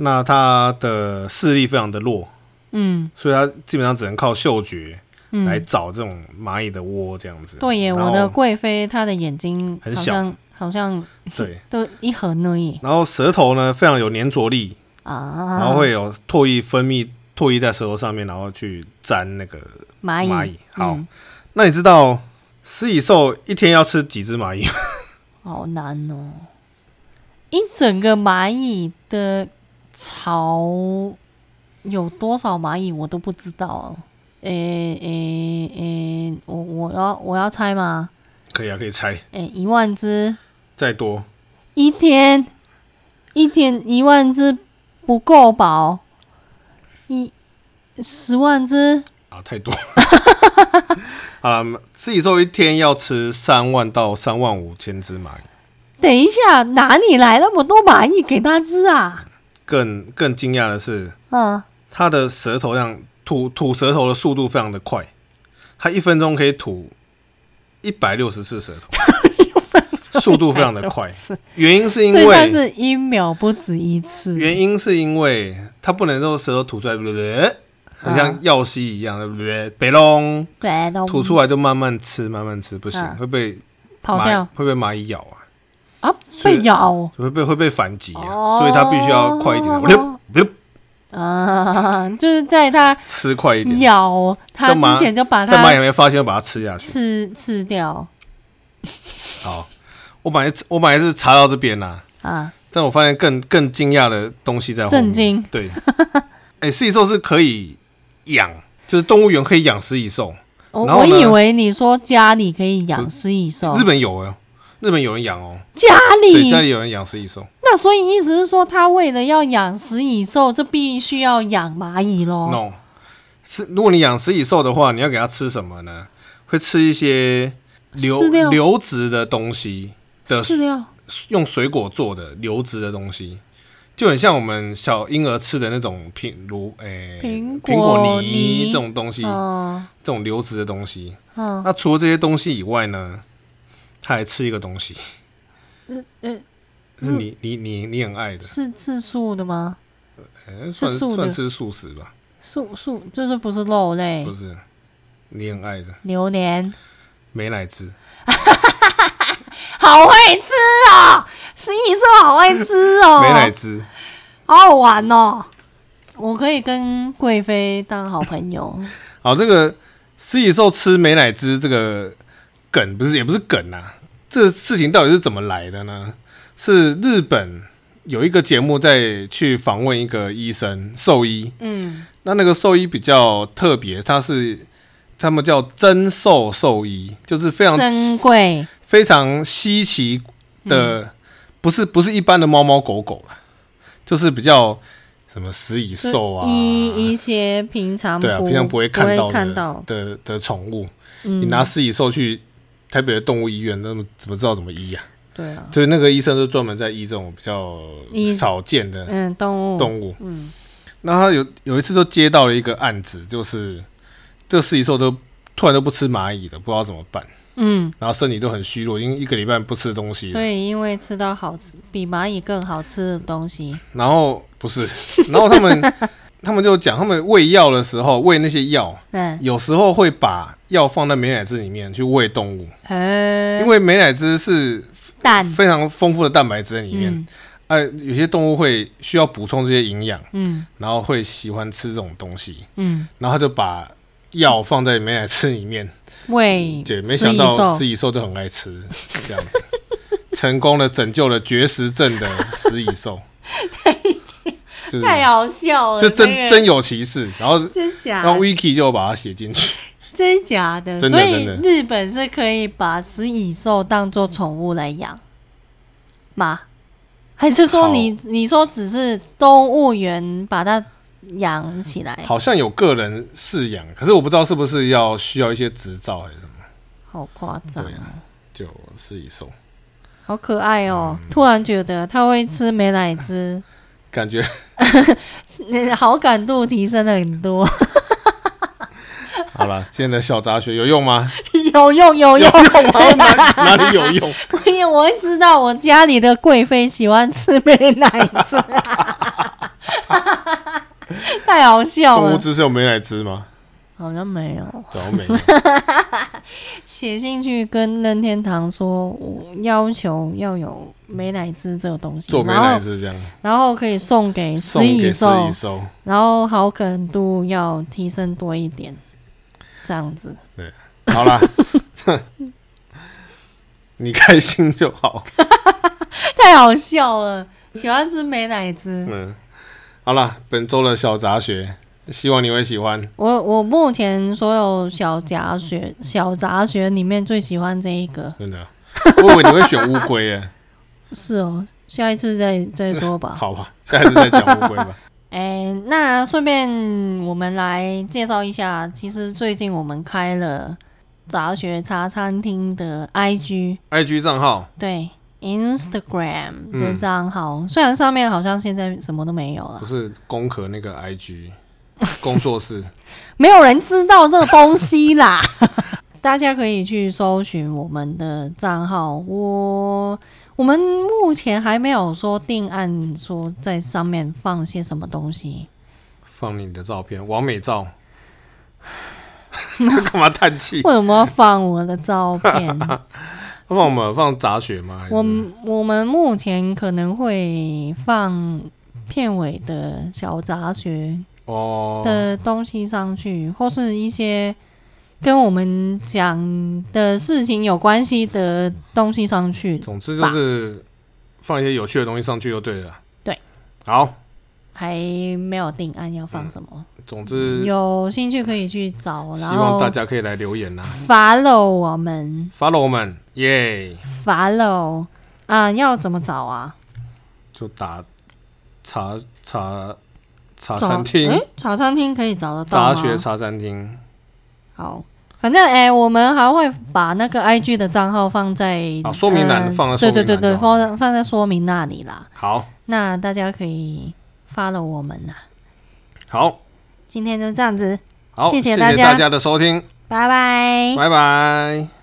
Speaker 2: 那它的视力非常的弱，
Speaker 1: 嗯，
Speaker 2: 所以它基本上只能靠嗅觉
Speaker 1: 嗯
Speaker 2: 来找这种蚂蚁的窝这样子。
Speaker 1: 对耶，
Speaker 2: 然后
Speaker 1: 我的贵妃她的眼睛好
Speaker 2: 很小
Speaker 1: 像好像
Speaker 2: 对，
Speaker 1: 都一横而已
Speaker 2: 然后舌头呢非常有粘着力，
Speaker 1: 啊，
Speaker 2: 然后会有唾液分泌，唾液在舌头上面，然后去沾那个
Speaker 1: 蚂蚁
Speaker 2: 蚂蚁。好，
Speaker 1: 嗯
Speaker 2: 那你知道食蚁兽一天要吃几只蚂蚁吗？
Speaker 1: 好难哦！一整个蚂蚁的巢有多少蚂蚁我都不知道哦。诶诶诶，我我要我要猜吗？
Speaker 2: 可以啊，可以猜，
Speaker 1: 诶，一万只，
Speaker 2: 再多
Speaker 1: 一天一天一万只不够饱，一十万只
Speaker 2: 啊，太多。 啊，食蚁兽一天要吃三万到三万五千只蚂蚁。
Speaker 1: 等一下，哪里来那么多蚂蚁给他吃啊？
Speaker 2: 更更惊讶的是，
Speaker 1: 嗯，
Speaker 2: 它的舌头上吐吐舌头的速度非常的快，它一分钟可以吐一百六十次舌 头，速度非常的快。原因是因
Speaker 1: 所以它
Speaker 2: 为
Speaker 1: 是一秒不止一次。
Speaker 2: 原因是因为它不能够舌头吐出来，
Speaker 1: 啊
Speaker 2: 呃很像药吸一样，呃北龙
Speaker 1: 对，都
Speaker 2: 吐出来就慢慢吃，慢慢吃不行，
Speaker 1: 嗯
Speaker 2: 会被
Speaker 1: 跑
Speaker 2: 蚂
Speaker 1: 掉
Speaker 2: 会被蚂蚁咬啊，
Speaker 1: 啊，
Speaker 2: 所以
Speaker 1: 被咬哦
Speaker 2: 会被会被反击啊，
Speaker 1: 哦
Speaker 2: 所以它必须要快一点，
Speaker 1: 哦
Speaker 2: 呃 呃
Speaker 1: 啊，就是在它
Speaker 2: 吃快一点。
Speaker 1: 咬它
Speaker 2: 干嘛
Speaker 1: 之前就把
Speaker 2: 在蚂蚁
Speaker 1: 它
Speaker 2: 还没发现，把它吃下去。
Speaker 1: 吃吃掉
Speaker 2: 好，我本来我本来是查到这边啦、
Speaker 1: 啊，
Speaker 2: 但我发现更更惊讶的东西在后面
Speaker 1: 震。惊
Speaker 2: 对， 哎、食蚁兽是可以养，就是动物园可以养食蚁兽，
Speaker 1: 我
Speaker 2: 然后
Speaker 1: 我
Speaker 2: 呢
Speaker 1: 以为你说家里可以养食蚁兽
Speaker 2: 日，本有哦，日本有人养哦，
Speaker 1: 家
Speaker 2: 对，家
Speaker 1: 里
Speaker 2: 里有人养食蚁兽。
Speaker 1: 那所以意思是说，他为了要养食蚁兽，就必须要养蚂蚁喽。
Speaker 2: No，是如果你养食蚁兽的话，你要给它吃什么呢？会吃一些流
Speaker 1: 饲料
Speaker 2: 流质的东西的，
Speaker 1: 饲料
Speaker 2: 用水果做的流质的东西。就很像我们小婴儿吃的那种苹如诶
Speaker 1: 苹果
Speaker 2: 苹果
Speaker 1: 泥
Speaker 2: 泥这种东西，
Speaker 1: 嗯
Speaker 2: 这种流质的东西。
Speaker 1: 嗯
Speaker 2: 那除了这些东西以外呢，他还吃一个东西，
Speaker 1: 呃，
Speaker 2: 是你你你你很爱的，
Speaker 1: 是吃素的吗？
Speaker 2: 呃算
Speaker 1: 素的
Speaker 2: 算吃素食吧，
Speaker 1: 素素就是不是肉类
Speaker 2: 不，是你很爱的
Speaker 1: 榴莲。
Speaker 2: 美乃滋。
Speaker 1: 好会吃哦，食蚁兽好会吃 哦，
Speaker 2: 美乃滋，
Speaker 1: 好好玩哦。我可以跟贵妃当好朋友，
Speaker 2: 好，哦这个食蚁兽吃美乃滋这个梗不是也不是梗啊，这个事情到底是怎么来的呢？是日本有一个节目在去访问一个医生兽医，
Speaker 1: 嗯，
Speaker 2: 那那个兽医比较特别，他是他们叫珍兽兽医，就是非常
Speaker 1: 珍贵，嗯
Speaker 2: 非常稀奇的，不是不是一般的猫猫狗狗啦，就是比较什么食蚁兽啊，
Speaker 1: 一一些平常
Speaker 2: 对啊，
Speaker 1: 不
Speaker 2: 平常不会看
Speaker 1: 不
Speaker 2: 到
Speaker 1: 会看
Speaker 2: 的
Speaker 1: 到，
Speaker 2: 的的宠物，你
Speaker 1: 嗯，
Speaker 2: 拿食蚁兽去台北的动物医院，那么怎么知道怎么医啊？
Speaker 1: 对啊，
Speaker 2: 所以那个医生就专门在医这种比较
Speaker 1: 医
Speaker 2: 少见的
Speaker 1: 嗯，动物，
Speaker 2: 动物。
Speaker 1: 嗯
Speaker 2: 那他有有一次就接到了一个案子，就是这食蚁兽都突然都不吃蚂蚁了，不知道怎么办，
Speaker 1: 嗯，
Speaker 2: 然后身体都很虚弱，因为一个礼拜不吃东西
Speaker 1: 所
Speaker 2: 了。
Speaker 1: 以因为吃到好吃比蚂蚁更好吃的东西，
Speaker 2: 然后不是，然后他们 他们就讲，他们喂药的时候喂那些药，
Speaker 1: 嗯，
Speaker 2: 有时候会把药放在美乃滋里面去喂动物，
Speaker 1: 呃
Speaker 2: 因，为美乃滋是
Speaker 1: 蛋，
Speaker 2: 非常丰富的蛋白质在里面
Speaker 1: 嗯。
Speaker 2: 哎、有些动物会需要补充这些营养，
Speaker 1: 嗯
Speaker 2: 然后会喜欢吃这种东西，
Speaker 1: 嗯，
Speaker 2: 然后他就把药放在美乃滋里面。
Speaker 1: 喂，
Speaker 2: 对，没
Speaker 1: 食
Speaker 2: 想
Speaker 1: 蚁
Speaker 2: 到
Speaker 1: 兽
Speaker 2: 食蚁兽就很爱吃，这样子，成功的拯救了绝食症的食蚁 兽。就是
Speaker 1: 太好笑了，
Speaker 2: 就
Speaker 1: 这
Speaker 2: 真
Speaker 1: 个
Speaker 2: 真有其事，然后
Speaker 1: 真假
Speaker 2: 然
Speaker 1: 的
Speaker 2: 后 Wiki 就把它写进去，
Speaker 1: 真假的，
Speaker 2: 真的
Speaker 1: 所以
Speaker 2: 真
Speaker 1: 日本是可以把食蚁兽当做宠物来养吗？还是说
Speaker 2: 好
Speaker 1: 你你说只是动物园把它养起来？
Speaker 2: 好像有个人饲养，可是我不知道是不是要需要一些执照还是什么，
Speaker 1: 好夸张
Speaker 2: 对
Speaker 1: 啊！
Speaker 2: 就食蚁兽。
Speaker 1: 好可爱哦！
Speaker 2: 嗯
Speaker 1: 突然觉得他会吃美乃 滋，
Speaker 2: 感觉
Speaker 1: 那好感度提升了很多，
Speaker 2: 好了。 今天的小杂学有用 吗？
Speaker 1: 有用有
Speaker 2: 有
Speaker 1: 用。
Speaker 2: 用吗？哪哪里有用？
Speaker 1: 因为我会知道我家里的贵妃喜欢吃美乃滋， 太 好啊笑
Speaker 2: 动物
Speaker 1: 了。
Speaker 2: 知识有没来吃吗？
Speaker 1: 好像没有
Speaker 2: 对啊，没有。
Speaker 1: 写信去跟任天堂说，我要求要有美乃滋这个东西，
Speaker 2: 做没
Speaker 1: 然
Speaker 2: 来
Speaker 1: 后
Speaker 2: 吃这样，
Speaker 1: 然后可以送给
Speaker 2: 送
Speaker 1: 食
Speaker 2: 给
Speaker 1: 蚁
Speaker 2: 食
Speaker 1: 兽
Speaker 2: 蚁，兽。
Speaker 1: 然后好感度要提升多一点，这样子。
Speaker 2: 好啦， 你开心就好。
Speaker 1: 太好笑了，喜欢吃美乃滋。
Speaker 2: 嗯，好啦，本周的小杂学，希望你会喜欢。
Speaker 1: 我我目前所有小杂学小杂学里面最喜欢这一个，
Speaker 2: 真的，我以为你会选乌 龟耶。
Speaker 1: 是哦，下一次再再说吧。
Speaker 2: 好吧，下一次再讲乌龟吧。
Speaker 1: 哎、那顺便我们来介绍一下，其实最近我们开了杂学茶餐厅的 IG，
Speaker 2: IG 账号，
Speaker 1: 对 Instagram 的
Speaker 2: 嗯
Speaker 1: 账号，虽然上面好像现在什么都没有了
Speaker 2: 不，是工壳那个 IG，工作室。
Speaker 1: 没有人知道这个东西啦。 大家可以去搜寻我们的账号，我我们目前还没有说定案，说在上面放些什么东西。
Speaker 2: 放你的照片，完美照。 干嘛叹气？
Speaker 1: 为什么要放我的照片？
Speaker 2: 放我们放杂学吗？还是
Speaker 1: 我们我们目前可能会放片尾的小杂学
Speaker 2: 哦，
Speaker 1: 的东西上去，或是一些跟我们讲的事情有关系的东西上去。
Speaker 2: 总之就是放一些有趣的东西上去就对了。
Speaker 1: 对，
Speaker 2: 好，
Speaker 1: 还没有定案要放什么，
Speaker 2: 总之
Speaker 1: 嗯有兴趣可以去找，
Speaker 2: 嗯希
Speaker 1: 然
Speaker 2: 望
Speaker 1: 后
Speaker 2: 大家可以来留言呐、啊
Speaker 1: follow 我们
Speaker 2: follow 我们，耶、
Speaker 1: follow 啊，要怎么找啊？
Speaker 2: 就打茶茶茶
Speaker 1: 找
Speaker 2: 餐厅，
Speaker 1: 诶茶餐厅可以找得到吗？
Speaker 2: 杂学茶餐厅，
Speaker 1: 好。反正哎、诶我们还会把那个 I G 的账号放在
Speaker 2: 啊说明栏
Speaker 1: 呃
Speaker 2: 放在
Speaker 1: 对对
Speaker 2: 说
Speaker 1: 对
Speaker 2: 明栏
Speaker 1: 对，
Speaker 2: 就好
Speaker 1: 放在放在说明那里啦。
Speaker 2: 好
Speaker 1: 那大家可以 follow 我们啦。
Speaker 2: 好
Speaker 1: 今天就这样子，
Speaker 2: 好，
Speaker 1: 谢谢
Speaker 2: 谢
Speaker 1: 大
Speaker 2: 大
Speaker 1: 家
Speaker 2: 家的收听，
Speaker 1: 拜拜。
Speaker 2: 拜拜。